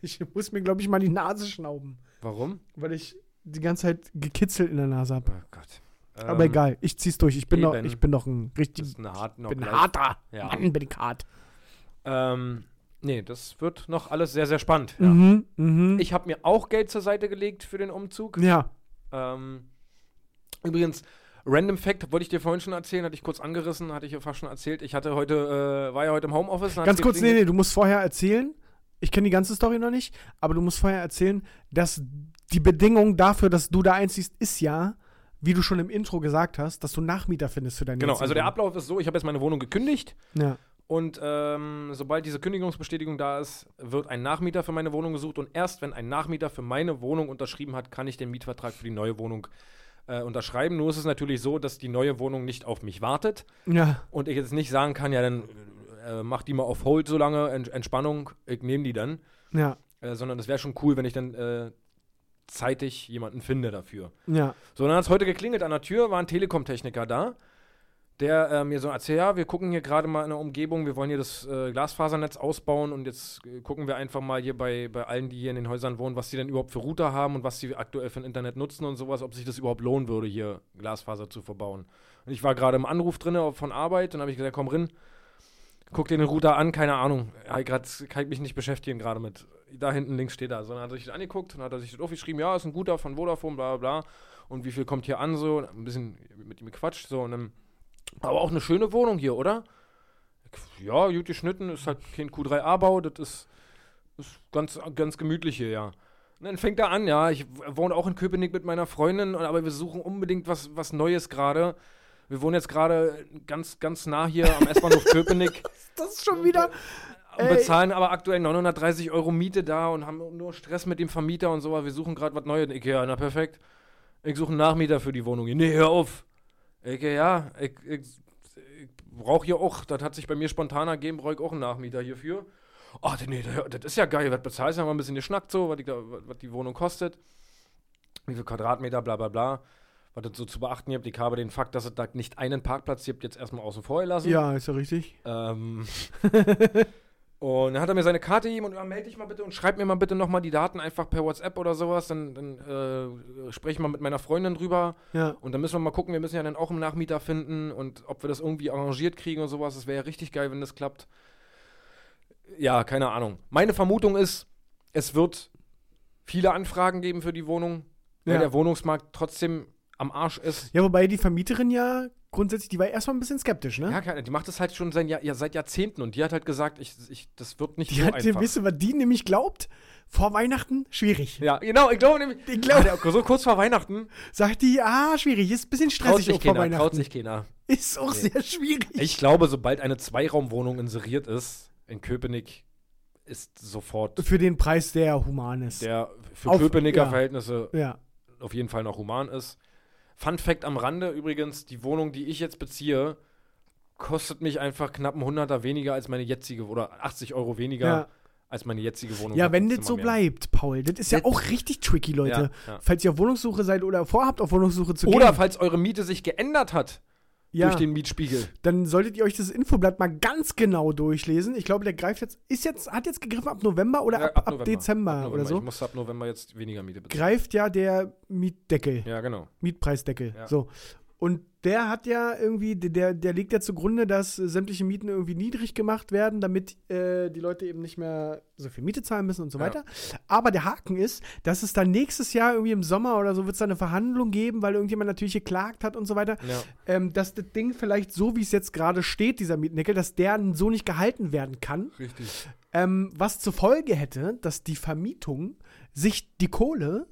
D: Ich muss mir, glaube ich, mal die Nase schnauben.
C: Warum?
D: Weil ich die ganze Zeit gekitzelt in der Nase habe.
C: Oh Gott.
D: Aber
C: Ähm,
D: egal, ich zieh's durch. Ich bin, doch,
C: eben.
D: ich bin doch ein
C: Das
D: richtig.
C: ist eine harte
D: bin ein
C: Knock-Life.
D: harter.
C: Ja.
D: Mann, bin ich hart.
C: Ähm, nee, das wird noch alles sehr, sehr spannend.
D: Ja. Mhm, mhm.
C: Ich habe mir auch Geld zur Seite gelegt für den Umzug.
D: ja.
C: Ähm, übrigens, Random Fact wollte ich dir vorhin schon erzählen, hatte ich kurz angerissen, hatte ich ja fast schon erzählt. Ich hatte heute, äh, war ja heute im Homeoffice. dann
D: Ganz
C: hat's
D: kurz, nee,
C: geklingelt.
D: nee, du musst vorher erzählen. Ich kenne die ganze Story noch nicht, aber du musst vorher erzählen, dass die Bedingung dafür, dass du da einziehst, ist ja, wie du schon im Intro gesagt hast, dass du Nachmieter findest für deine
C: Genau,
D: jetzige
C: also der
D: Wohnung.
C: Ablauf ist so, ich habe jetzt meine Wohnung gekündigt
D: Ja.
C: und ähm, sobald diese Kündigungsbestätigung da ist, wird ein Nachmieter für meine Wohnung gesucht und erst wenn ein Nachmieter für meine Wohnung unterschrieben hat, kann ich den Mietvertrag für die neue Wohnung äh, unterschreiben. Nur ist es natürlich so, dass die neue Wohnung nicht auf mich wartet.
D: Ja,
C: und ich jetzt nicht sagen kann, ja, dann äh, mach die mal auf Hold so lange, Ent Entspannung, ich nehme die dann,
D: ja,
C: äh, sondern es wäre schon cool, wenn ich dann äh, zeitig jemanden finde dafür.
D: ja.
C: So, dann hat es heute geklingelt an der Tür, war ein Telekom-Techniker da, der äh, mir so erzählt, ja, wir gucken hier gerade mal in der Umgebung, wir wollen hier das äh, Glasfasernetz ausbauen und jetzt äh, gucken wir einfach mal hier bei, bei allen, die hier in den Häusern wohnen, was die denn überhaupt für Router haben und was sie aktuell für ein Internet nutzen und sowas, ob sich das überhaupt lohnen würde, hier Glasfaser zu verbauen. Und ich war gerade im Anruf drinne von Arbeit und habe ich gesagt, komm rein, guck dir den Router an, keine Ahnung, ja, grad, kann ich mich nicht beschäftigen gerade mit. Da hinten links steht er. Sondern hat er sich das angeguckt und hat er sich das aufgeschrieben, ja, ist ein guter von Vodafone, bla bla bla. Und wie viel kommt hier an, so, und ein bisschen mit ihm gequatscht, so, und dann, aber auch eine schöne Wohnung hier, oder? Ja, gut geschnitten, ist halt kein Q3A-Bau, das ist, ist ganz, ganz gemütlich hier, ja. Und dann fängt er an, ja, ich wohne auch in Köpenick mit meiner Freundin, aber wir suchen unbedingt was, was Neues gerade. Wir wohnen jetzt gerade ganz, ganz nah hier am S-Bahnhof Köpenick.
D: Das ist schon wieder.
C: Und
D: Ey.
C: bezahlen aber aktuell 930 Euro Miete da und haben nur Stress mit dem Vermieter und so, weil wir suchen gerade was Neues. Ich, ja, na perfekt. Ich suche einen Nachmieter für die Wohnung hier. Nee, hör auf. Ich, ja, ich, ich, ich brauche hier auch, das hat sich bei mir spontan ergeben, brauche ich auch einen Nachmieter hierfür. Ach, nee, da- das ist ja geil, was bezahlst du? Haben wir ein bisschen geschnackt so, was, ich da, was was die Wohnung kostet. Wie viel Quadratmeter, bla bla bla. Was das so zu beachten gibt. Ich habe den Fakt, dass es da nicht einen Parkplatz gibt, jetzt erstmal außen vor gelassen.
D: Ja, ist ja richtig.
C: Ähm, und dann hat er mir seine Karte gegeben und ja, melde dich mal bitte und schreib mir mal bitte nochmal die Daten einfach per WhatsApp oder sowas. Dann, dann äh, spreche ich mal mit meiner Freundin drüber.
D: Ja.
C: Und dann müssen wir mal gucken, wir müssen ja dann auch einen Nachmieter finden und ob wir das irgendwie arrangiert kriegen und sowas. Das wäre ja richtig geil, wenn das klappt. Ja, keine Ahnung. Meine Vermutung ist, es wird viele Anfragen geben für die Wohnung, weil
D: Ja.
C: der Wohnungsmarkt trotzdem am Arsch ist.
D: ja, wobei die Vermieterin ja grundsätzlich, die war erstmal ein bisschen skeptisch, ne?
C: Ja, keine, die macht das halt schon sein, Jahr- ja, seit Jahrzehnten und die hat halt gesagt, ich, ich, das wird nicht
D: die
C: so
D: hat,
C: einfach.
D: wisst ihr, was die nämlich glaubt? Vor Weihnachten schwierig.
C: ja, genau, ich glaube nämlich,
D: Ich glaub-
C: Ah, der- so kurz vor Weihnachten
D: Sagt die, ah, schwierig, ist ein bisschen
C: traut
D: stressig
C: sich
D: auch vor
C: keiner, traut
D: Weihnachten.
C: sich keiner.
D: Ist auch sehr schwierig.
C: Ich glaube, sobald eine Zweiraumwohnung inseriert ist in Köpenick, ist sofort
D: Für den Preis, der human ist.
C: der für
D: Auf-
C: Köpenicker
D: ja.
C: Verhältnisse
D: ja.
C: auf jeden Fall noch human ist. Fun Fact am Rande übrigens, die Wohnung, die ich jetzt beziehe, kostet mich einfach knapp ein Hunderter weniger als meine jetzige oder 80 Euro weniger
D: Ja.
C: als meine jetzige Wohnung.
D: Ja,
C: hat ein
D: wenn das
C: Zimmer
D: so
C: mehr.
D: bleibt, Paul. Das ist ja
C: Das-
D: auch richtig tricky, Leute.
C: Ja, ja.
D: Falls ihr auf Wohnungssuche seid oder vorhabt, auf Wohnungssuche zu
C: Oder
D: gehen,
C: falls eure Miete sich geändert hat
D: ja,
C: durch den Mietspiegel.
D: dann solltet ihr euch das Infoblatt mal ganz genau durchlesen. Ich glaube, der greift jetzt, ist jetzt, hat jetzt gegriffen ab November oder
C: Ja,
D: ab, ab, Dezember
C: Ab
D: oder
C: Ich
D: so.
C: muss ab November jetzt weniger Miete bezahlen.
D: Greift ja der Mietdeckel,
C: Ja, genau.
D: Mietpreisdeckel.
C: Ja.
D: So. Und der hat ja irgendwie, der, der legt ja zugrunde, dass äh, sämtliche Mieten irgendwie niedrig gemacht werden, damit äh, die Leute eben nicht mehr so viel Miete zahlen müssen und so
C: Ja.
D: weiter. Aber der Haken ist, dass es dann nächstes Jahr irgendwie im Sommer oder so wird es da eine Verhandlung geben, weil irgendjemand natürlich geklagt hat und so weiter,
C: Ja.
D: ähm, dass das Ding vielleicht so, wie es jetzt gerade steht, dieser Mietnickel, dass der so nicht gehalten werden kann.
C: Richtig.
D: Ähm, was zur Folge hätte, dass die Vermietung sich die Kohle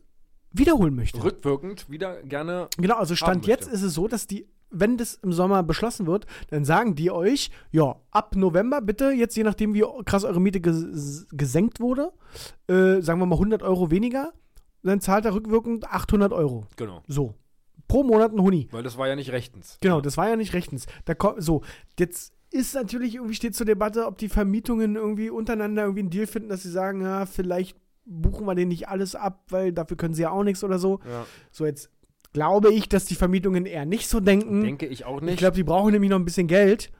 D: wiederholen möchte.
C: Rückwirkend wieder gerne.
D: Genau, also Stand
C: möchte.
D: jetzt ist es so, dass die, wenn das im Sommer beschlossen wird, dann sagen die euch, ja, ab November bitte, jetzt je nachdem, wie krass eure Miete ges gesenkt wurde, äh, sagen wir mal 100 Euro weniger, dann zahlt er rückwirkend 800 Euro.
C: Genau.
D: So. Pro Monat ein Huni.
C: Weil das war ja nicht rechtens.
D: Genau, das war ja nicht rechtens. Da ko- so, jetzt ist natürlich irgendwie steht zur Debatte, ob die Vermietungen irgendwie untereinander irgendwie einen Deal finden, dass sie sagen, ja, vielleicht buchen wir den nicht alles ab, weil dafür können sie ja auch nichts oder so.
C: Ja.
D: So, jetzt glaube ich, dass die Vermietungen eher nicht so denken.
C: Denke ich auch nicht.
D: Hm. ich glaube, die brauchen nämlich noch ein bisschen Geld.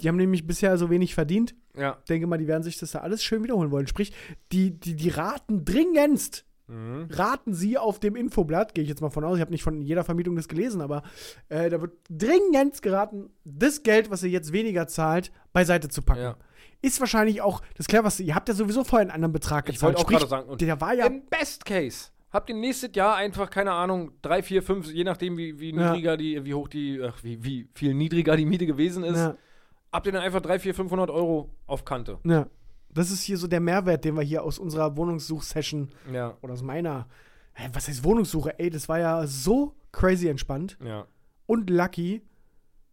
D: Die haben nämlich bisher so wenig verdient.
C: ja.
D: Denke mal, die werden sich das da alles schön wiederholen wollen. Sprich, die, die, die raten dringendst,
C: Mhm.
D: raten sie auf dem Infoblatt, gehe ich jetzt mal von aus, ich habe nicht von jeder Vermietung das gelesen, aber äh, da wird dringendst geraten, das Geld, was ihr jetzt weniger zahlt, beiseite zu packen.
C: Ja.
D: Ist wahrscheinlich auch das Cleverste. Ihr habt ja sowieso vorher einen anderen Betrag
C: Ich
D: gezahlt.
C: wollte auch
D: Sprich,
C: gerade sagen, und
D: der war ja
C: Im Best Case habt ihr nächstes Jahr einfach, keine Ahnung, drei, vier, fünf, je nachdem, wie, wie
D: Ja.
C: niedriger die, wie hoch die, ach, wie, wie viel niedriger die Miete gewesen ist,
D: Ja.
C: habt ihr dann einfach drei, vier, 500 Euro auf Kante.
D: Ja. Das ist hier so der Mehrwert, den wir hier aus unserer Wohnungssuchsession
C: Ja.
D: oder aus meiner, hä, was heißt Wohnungssuche? Ey, das war ja so crazy entspannt
C: Ja.
D: und lucky.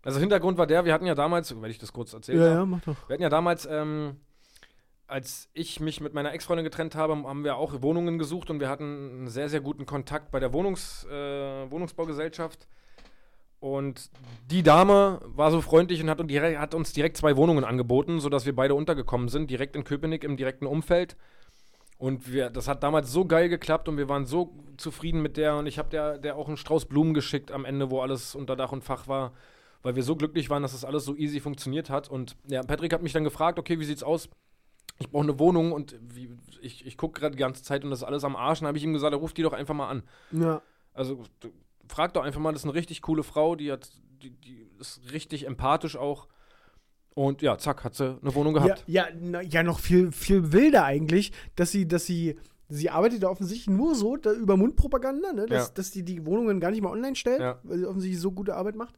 C: Also Hintergrund war der, wir hatten ja damals, wenn ich das kurz erzählen darf,
D: mach doch.
C: wir hatten ja damals, ähm, als ich mich mit meiner Ex-Freundin getrennt habe, haben wir auch Wohnungen gesucht und wir hatten einen sehr, sehr guten Kontakt bei der Wohnungs, äh, Wohnungsbaugesellschaft. Und die Dame war so freundlich und hat, und direkt, hat uns direkt zwei Wohnungen angeboten, sodass wir beide untergekommen sind, direkt in Köpenick im direkten Umfeld. Und wir, das hat damals so geil geklappt und wir waren so zufrieden mit der. Und ich habe der, der auch einen Strauß Blumen geschickt am Ende, wo alles unter Dach und Fach war, weil wir so glücklich waren, dass das alles so easy funktioniert hat. Und ja, Patrick hat mich dann gefragt, okay, wie sieht's aus? Ich brauche eine Wohnung und wie, ich, ich gucke gerade die ganze Zeit und das ist alles am Arsch. Und habe ich ihm gesagt, ruf die doch einfach mal an.
D: Ja.
C: Also du- frag doch einfach mal, das ist eine richtig coole Frau, die hat, die, die ist richtig empathisch auch. Und ja, zack, hat sie eine Wohnung
D: Ja,
C: gehabt.
D: ja, na, ja, noch viel, viel wilder eigentlich, dass sie, dass sie, sie arbeitet ja offensichtlich nur so da, über Mundpropaganda, ne? dass,
C: Ja.
D: dass sie die Wohnungen gar nicht mal online stellt,
C: Ja.
D: weil sie offensichtlich so gute Arbeit macht.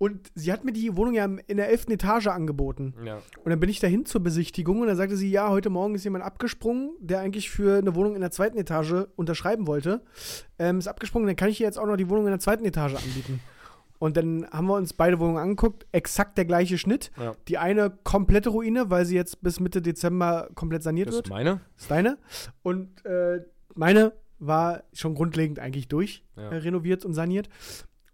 D: Und sie hat mir die Wohnung ja im- in der elften Etage angeboten.
C: Ja.
D: Und dann bin ich dahin zur Besichtigung und dann sagte sie, ja, heute Morgen ist jemand abgesprungen, der eigentlich für eine Wohnung in der zweiten Etage unterschreiben wollte. Ähm, ist abgesprungen, dann kann ich ihr jetzt auch noch die Wohnung in der zweiten Etage anbieten. Und dann haben wir uns beide Wohnungen angeguckt, exakt der gleiche Schnitt.
C: Ja.
D: Die eine komplette Ruine, weil sie jetzt bis Mitte Dezember komplett saniert
C: Das
D: wird.
C: ist meine.
D: ist deine. Und äh, meine war schon grundlegend eigentlich durch,
C: Ja.
D: äh, renoviert und saniert.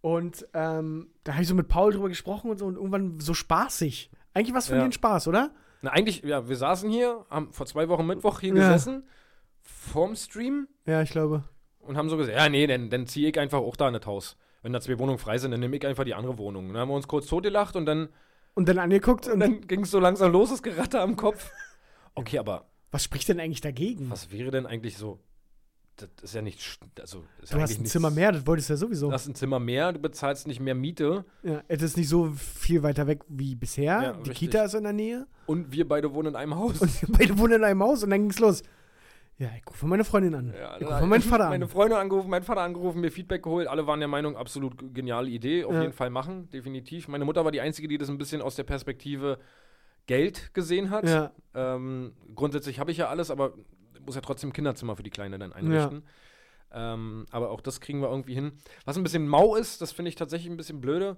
D: Und ähm, da habe ich so mit Paul drüber gesprochen und so und irgendwann so spaßig. Eigentlich was für
C: Ja.
D: den Spaß, oder?
C: Na, eigentlich, ja, wir saßen hier, haben vor zwei Wochen Mittwoch hier
D: Ja.
C: gesessen, vorm Stream
D: Ja, ich glaube.
C: und haben so gesagt, ja, nee, dann, dann ziehe ich einfach auch da in das Haus. Wenn da zwei Wohnungen frei sind, dann nehme ich einfach die andere Wohnung. Dann haben wir uns kurz totgelacht und dann,
D: Und dann angeguckt und,
C: und dann ging es so langsam los, das Geratter am Kopf. Okay, aber
D: was spricht denn eigentlich dagegen?
C: was wäre denn eigentlich so? Das ist ja nicht, sch- also ist
D: du
C: ja
D: hast
C: eigentlich
D: ein
C: nichts-
D: Zimmer mehr, das wolltest du ja sowieso.
C: Du hast ein Zimmer mehr, du bezahlst nicht mehr Miete
D: ja, es ist nicht so viel weiter weg wie bisher.
C: Ja,
D: Die
C: richtig.
D: Kita ist in der Nähe.
C: und wir beide wohnen in einem Haus.
D: Und wir beide wohnen in einem Haus und dann ging's los. Ja, ich rufe meine Freundin an.
C: Ja,
D: ich
C: da-
D: rufe meinen Vater
C: Meine
D: an.
C: Freunde angerufen, mein Vater angerufen, mir Feedback geholt. Alle waren der Meinung, absolut g- geniale Idee. Auf
D: Ja.
C: jeden Fall machen, definitiv. Meine Mutter war die Einzige, die das ein bisschen aus der Perspektive Geld gesehen hat.
D: Ja,
C: Ähm, grundsätzlich habe ich ja alles, aber muss ja trotzdem Kinderzimmer für die Kleine dann einrichten. Ähm, aber auch das kriegen wir irgendwie hin. Was ein bisschen mau ist, das finde ich tatsächlich ein bisschen blöde,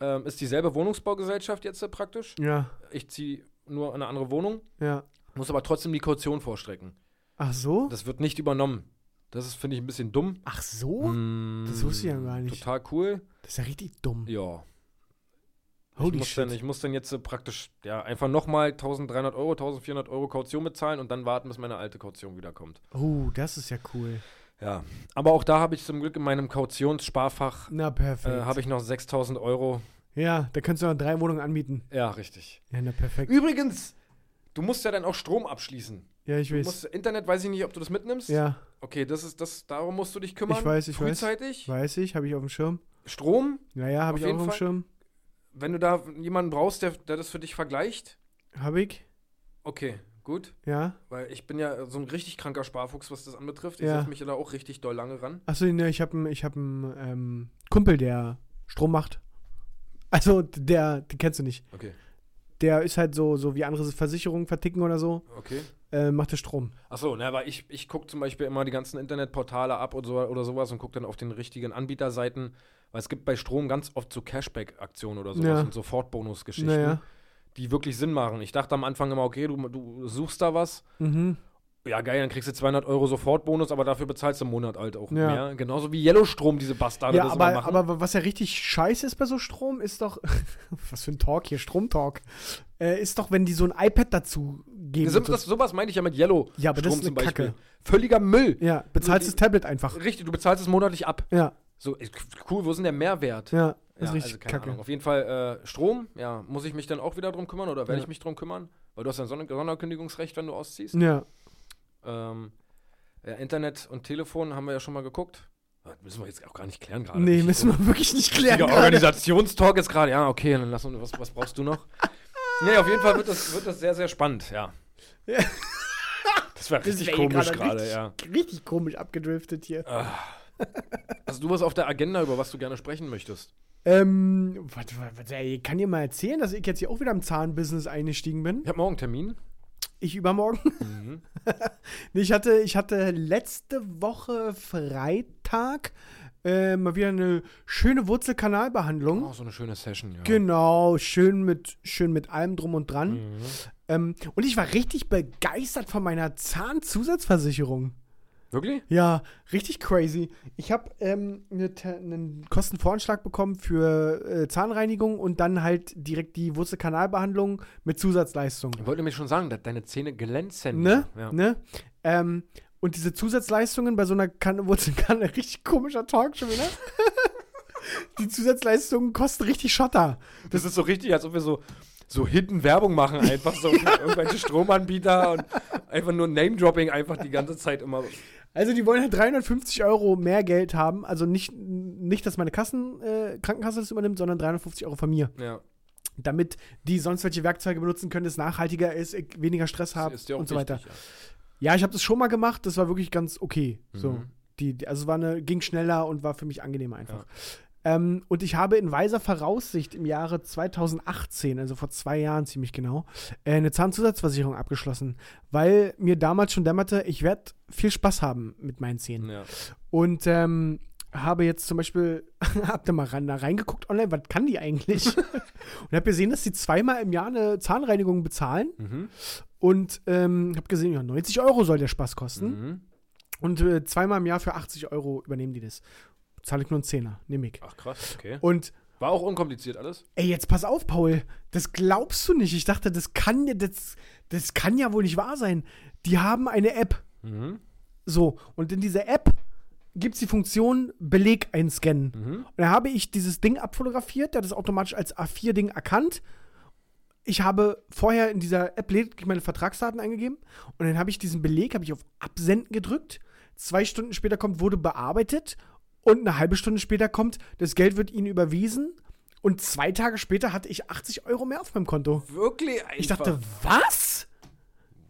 C: ähm, ist dieselbe Wohnungsbaugesellschaft jetzt äh, praktisch.
D: ja,
C: Ich ziehe nur in eine andere Wohnung,
D: ja.
C: muss aber trotzdem die Kaution vorstrecken.
D: Ach so?
C: Das wird nicht übernommen. Das ist, finde ich, ein bisschen dumm.
D: Ach so?
C: Mm,
D: das wusste ich ja gar nicht.
C: Total cool.
D: Das ist ja richtig dumm.
C: Ja. ich,
D: Holy
C: muss
D: shit.
C: Dann, ich muss dann jetzt äh, praktisch ja, einfach nochmal 1300 Euro, 1400 Euro Kaution bezahlen und dann warten, bis meine alte Kaution wiederkommt.
D: Oh, das ist ja cool.
C: Ja. Aber auch da habe ich zum Glück in meinem Kautionssparfach
D: Na,
C: äh,
D: perfekt.
C: habe ich noch 6000 Euro.
D: ja, da kannst du noch drei Wohnungen anmieten.
C: Ja, richtig.
D: Ja, na, perfekt.
C: Übrigens, du musst ja dann auch Strom abschließen.
D: Ja, ich
C: Du
D: weiß.
C: musst, Internet weiß ich nicht, ob du das mitnimmst.
D: Ja,
C: Okay, das ist das, darum musst du dich kümmern.
D: Ich weiß, ich weiß.
C: Frühzeitig.
D: weiß ich, habe ich auf dem Schirm.
C: Strom,
D: Naja, habe
C: Auf
D: ich auch
C: jeden
D: auf dem
C: Fall.
D: Schirm.
C: wenn du da jemanden brauchst, der, der das für dich vergleicht.
D: Habe ich?
C: Okay, gut.
D: Ja.
C: Weil ich bin ja so ein richtig kranker Sparfuchs, was das anbetrifft. Ich
D: Ja.
C: setze mich ja da auch richtig doll lange ran.
D: Achso, ne, ich habe ich hab einen ähm, Kumpel, der Strom macht. Also, der, den kennst du nicht.
C: Okay.
D: Der ist halt so, so wie andere Versicherungen verticken oder so,
C: Okay.
D: äh, macht der Strom.
C: Achso, na, ne, aber ich, ich gucke zum Beispiel immer die ganzen Internetportale ab und so, oder sowas und gucke dann auf den richtigen Anbieterseiten. Weil es gibt bei Strom ganz oft so Cashback-Aktionen oder sowas
D: Ja.
C: und Sofortbonusgeschichten,
D: Naja.
C: die wirklich Sinn machen. Ich dachte am Anfang immer, okay, du, du suchst da was.
D: Mhm.
C: Ja, geil, dann kriegst du 200 Euro Sofortbonus, aber dafür bezahlst du im Monat halt auch
D: Ja.
C: mehr. Genauso wie Yellowstrom diese Bastarde
D: Ja,
C: das immer
D: aber,
C: machen.
D: aber was ja richtig scheiße ist bei so Strom, ist doch, was für ein Talk hier, Stromtalk, äh, ist doch, wenn die so ein iPad dazu geben.
C: das, das, sowas meine ich ja mit Yellow.
D: Ja, aber das ist eine Kacke.
C: Völliger Müll.
D: ja, bezahlst
C: die-
D: das Tablet einfach.
C: Richtig, du bezahlst es monatlich ab.
D: Ja,
C: So, ey, cool, wo ist denn der Mehrwert?
D: ja, das
C: Ja,
D: ist richtig
C: also keine
D: kacke.
C: Ahnung. Auf jeden Fall äh, Strom, ja, muss ich mich dann auch wieder drum kümmern oder werde
D: Ja.
C: ich mich drum kümmern? Weil du hast ja ein Son Sonderkündigungsrecht, wenn du ausziehst.
D: Ja,
C: Ähm, ja, Internet und Telefon haben wir ja schon mal geguckt. Das müssen wir jetzt auch gar nicht klären gerade.
D: nee,
C: Nicht
D: müssen wir wirklich nicht klären.
C: Richtiger
D: gerade.
C: Organisationstalk jetzt gerade. Ja, okay, dann lass uns, was, was brauchst du noch? nee, auf jeden Fall wird das, wird das sehr, sehr spannend, ja.
D: Ja.
C: Das war
D: Das
C: richtig
D: wär eh hier
C: komisch gerade,
D: richtig-
C: ja. Ah.
D: Richtig komisch abgedriftet hier.
C: Hast du was auf der Agenda, über was du gerne sprechen möchtest?
D: Ähm, was, was, was, ey, kann dir mal erzählen, dass ich jetzt hier auch wieder im Zahnbusiness eingestiegen bin?
C: Ich habe morgen einen Termin.
D: Ich übermorgen.
C: Mhm.
D: Nee, ich hatte, ich hatte letzte Woche Freitag äh, mal wieder eine schöne Wurzelkanalbehandlung.
C: Oh, so eine schöne Session, ja.
D: Genau, schön mit, schön mit allem drum und dran.
C: Mhm.
D: Ähm, und ich war richtig begeistert von meiner Zahnzusatzversicherung.
C: Wirklich?
D: Ja, richtig crazy. Ich habe ähm, ne, Te- einen Kostenvoranschlag bekommen für äh, Zahnreinigung und dann halt direkt die Wurzelkanalbehandlung mit Zusatzleistung.
C: Ich wollte nämlich schon sagen, dass deine Zähne glänzen.
D: Ne?
C: Ja.
D: ne? Ähm, und diese Zusatzleistungen bei so einer Kanne Wurzelkanne, richtig komischer Talk schon wieder. die Zusatzleistungen kosten richtig Schotter.
C: Das ist so richtig, als ob wir so, so hinten Werbung machen, einfach so für irgendwelche Stromanbieter und einfach nur Name-Dropping einfach die ganze Zeit immer.
D: Also die wollen halt 350 Euro mehr Geld haben. Also nicht, nicht dass meine Kassen, äh, Krankenkasse das übernimmt, sondern 350 Euro von mir.
C: Ja.
D: damit die sonst welche Werkzeuge benutzen können, es nachhaltiger ist, ich weniger Stress habe
C: dir
D: und so weiter.
C: wichtig, ja.
D: Ja, ich habe das schon mal gemacht, das war wirklich ganz okay. So,
C: Mhm.
D: die, die- also war eine, ging schneller und war für mich angenehmer einfach. Ähm, und ich habe in weiser Voraussicht im Jahre 2018, also vor zwei Jahren ziemlich genau, äh, eine Zahnzusatzversicherung abgeschlossen, weil mir damals schon dämmerte, ich werde viel Spaß haben mit meinen Zähnen.
C: Ja.
D: Und ähm, habe jetzt zum Beispiel, hab da mal ran, da reingeguckt online, was kann die eigentlich? und habe gesehen, dass sie zweimal im Jahr eine Zahnreinigung bezahlen.
C: Mhm.
D: Und ähm, habe gesehen, ja, 90 Euro soll der Spaß kosten.
C: Mhm.
D: Und äh, zweimal im Jahr für 80 Euro übernehmen die das. Zahle ich nur einen Zehner, nehme ich.
C: Ach krass, okay.
D: Und
C: War auch unkompliziert alles.
D: Ey, jetzt pass auf, Paul. Das glaubst du nicht. Ich dachte, das kann, ja- das, das kann ja wohl nicht wahr sein. Die haben eine App.
C: Mhm.
D: So, und in dieser App gibt es die Funktion Beleg einscannen. Und da habe ich dieses Ding abfotografiert, der hat das automatisch als A4-Ding erkannt. Ich habe vorher in dieser App lediglich meine Vertragsdaten eingegeben und dann habe ich diesen Beleg, habe ich auf Absenden gedrückt. Zwei Stunden später kommt, wurde bearbeitet und eine halbe Stunde später kommt, das Geld wird Ihnen überwiesen und zwei Tage später hatte ich 80 Euro mehr auf meinem Konto.
C: Wirklich einfach.
D: Ich dachte, was?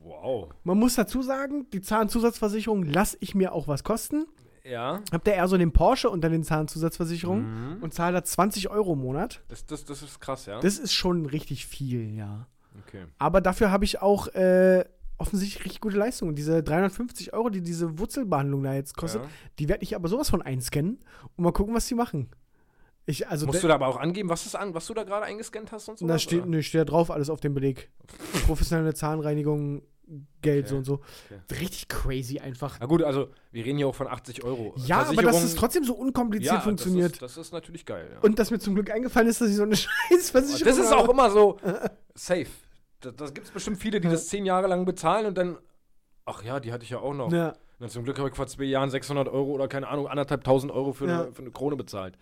C: wow.
D: Man muss dazu sagen, die Zahnzusatzversicherung lasse ich mir auch was kosten.
C: Ja,
D: Hab da eher so den Porsche unter den Zahnzusatzversicherungen und zahle da 20 Euro im Monat.
C: das, das, das ist krass, ja.
D: Das ist schon richtig viel, ja.
C: Okay.
D: Aber dafür habe ich auch äh, offensichtlich richtig gute Leistungen. Diese 350 Euro, die diese Wurzelbehandlung da jetzt kostet,
C: Ja.
D: die werde ich aber sowas von einscannen und mal gucken, was die machen. Ich, also,
C: Musst
D: da,
C: du da aber auch angeben, was, ist an, was du da gerade eingescannt hast und so?
D: da steht, nö, steht da drauf, alles auf dem Beleg. Professionelle Zahnreinigung, Geld,
C: Okay.
D: so und so.
C: Okay.
D: Richtig crazy einfach.
C: Na gut, also wir reden hier auch von 80 Euro.
D: Ja, aber dass
C: Versicherung-
D: es trotzdem so unkompliziert
C: Ja,
D: funktioniert.
C: Das ist, das ist natürlich geil. Ja.
D: und dass mir zum Glück eingefallen ist, dass ich so eine Scheißversicherung
C: das ist
D: habe.
C: auch immer so safe. Da, da gibt es bestimmt viele, die das zehn Jahre lang bezahlen und dann, ach ja, die hatte ich ja auch noch.
D: Ja.
C: Und dann zum Glück habe ich vor zwei Jahren 600 Euro oder keine Ahnung, anderthalb tausend Euro für,
D: Ja.
C: eine, für eine Krone bezahlt.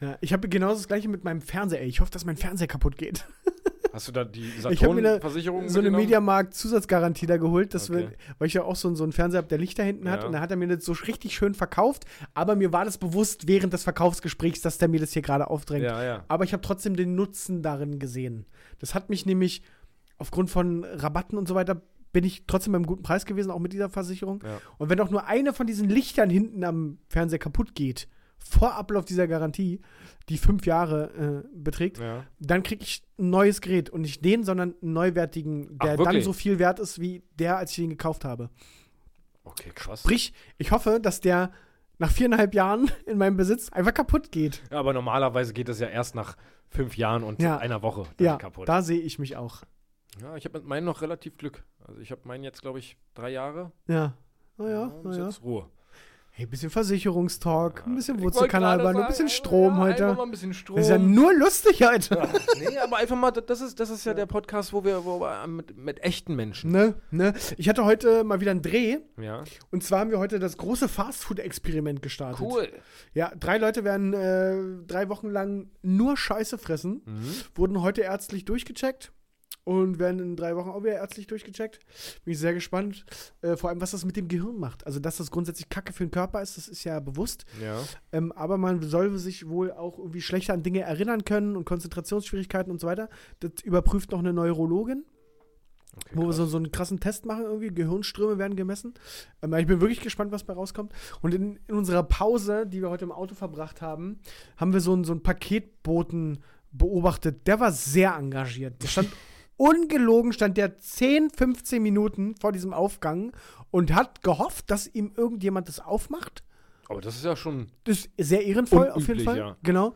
D: Ja, ich habe genauso das gleiche mit meinem Fernseher. Ey. Ich hoffe, dass mein Fernseher kaputt geht.
C: Hast du da die
D: Ich habe mir eine-
C: Saturn-Versicherung
D: so eine
C: mitgenommen?
D: Mediamarkt-Zusatzgarantie da geholt, dass
C: Okay.
D: wir, weil ich ja auch so, so einen Fernseher habe, der Lichter hinten hat.
C: Ja.
D: Und da hat er mir das so richtig schön verkauft. Aber mir war das bewusst während des Verkaufsgesprächs, dass der mir das hier gerade aufdrängt.
C: Ja, ja.
D: Aber ich habe trotzdem den Nutzen darin gesehen. Das hat mich nämlich aufgrund von Rabatten und so weiter bin ich trotzdem beim guten Preis gewesen, auch mit dieser Versicherung.
C: Ja.
D: Und wenn auch nur eine von diesen Lichtern hinten am Fernseher kaputt geht, vor Ablauf dieser Garantie, die fünf Jahre äh, beträgt,
C: Ja.
D: dann kriege ich ein neues Gerät und nicht den, sondern einen neuwertigen,
C: Ach,
D: der dann
C: wirklich?
D: so viel wert ist wie der, als ich ihn gekauft habe.
C: Okay, krass.
D: Sprich, ich hoffe, dass der nach viereinhalb Jahren in meinem Besitz einfach kaputt geht.
C: Ja, aber normalerweise geht das ja erst nach fünf Jahren und
D: Ja.
C: einer Woche dann
D: Ja,
C: kaputt.
D: da sehe ich mich auch.
C: Ja, ich habe mit meinen noch relativ Glück. Also ich habe meinen jetzt, glaube ich, drei Jahre.
D: Ja. Naja,
C: und ist
D: naja.
C: jetzt Ruhe.
D: Hey, ein bisschen Versicherungstalk, ein bisschen
C: Ich wollte
D: Wurzelkanalbahn,
C: gerade
D: ein bisschen
C: sagen,
D: Strom
C: ja, Einfach
D: heute.
C: mal ein bisschen Strom.
D: Das ist ja nur lustig heute.
C: nee, aber einfach mal, das ist, das ist ja der Podcast, wo wir, wo wir äh, mit, mit echten Menschen.
D: Ne, ne. Ich hatte heute mal wieder einen Dreh.
C: Ja.
D: Und zwar haben wir heute das große Fastfood-Experiment gestartet.
C: Cool.
D: Ja, drei Leute werden äh, drei Wochen lang nur Scheiße fressen,
C: Mhm.
D: wurden heute ärztlich durchgecheckt und werden in drei Wochen auch wieder ärztlich durchgecheckt. Bin ich sehr gespannt, äh, vor allem was das mit dem Gehirn macht. Also, dass das grundsätzlich Kacke für den Körper ist, das ist ja bewusst.
C: Ja.
D: Ähm, aber man soll sich wohl auch irgendwie schlechter an Dinge erinnern können und Konzentrationsschwierigkeiten und so weiter. Das überprüft noch eine Neurologin,
C: Okay,
D: wo wir
C: krass.
D: so, so einen krassen Test machen irgendwie. Gehirnströme werden gemessen. Ähm, ich bin wirklich gespannt, was bei rauskommt. Und in, in unserer Pause, die wir heute im Auto verbracht haben, haben wir so einen, so einen Paketboten beobachtet. Der war sehr engagiert. Der stand ungelogen, stand der 10, 15 Minuten vor diesem Aufgang und hat gehofft, dass ihm irgendjemand das aufmacht.
C: Aber das ist ja schon.
D: Das ist sehr ehrenvoll, auf jeden
C: Unüblich,
D: Fall.
C: ja.
D: Genau.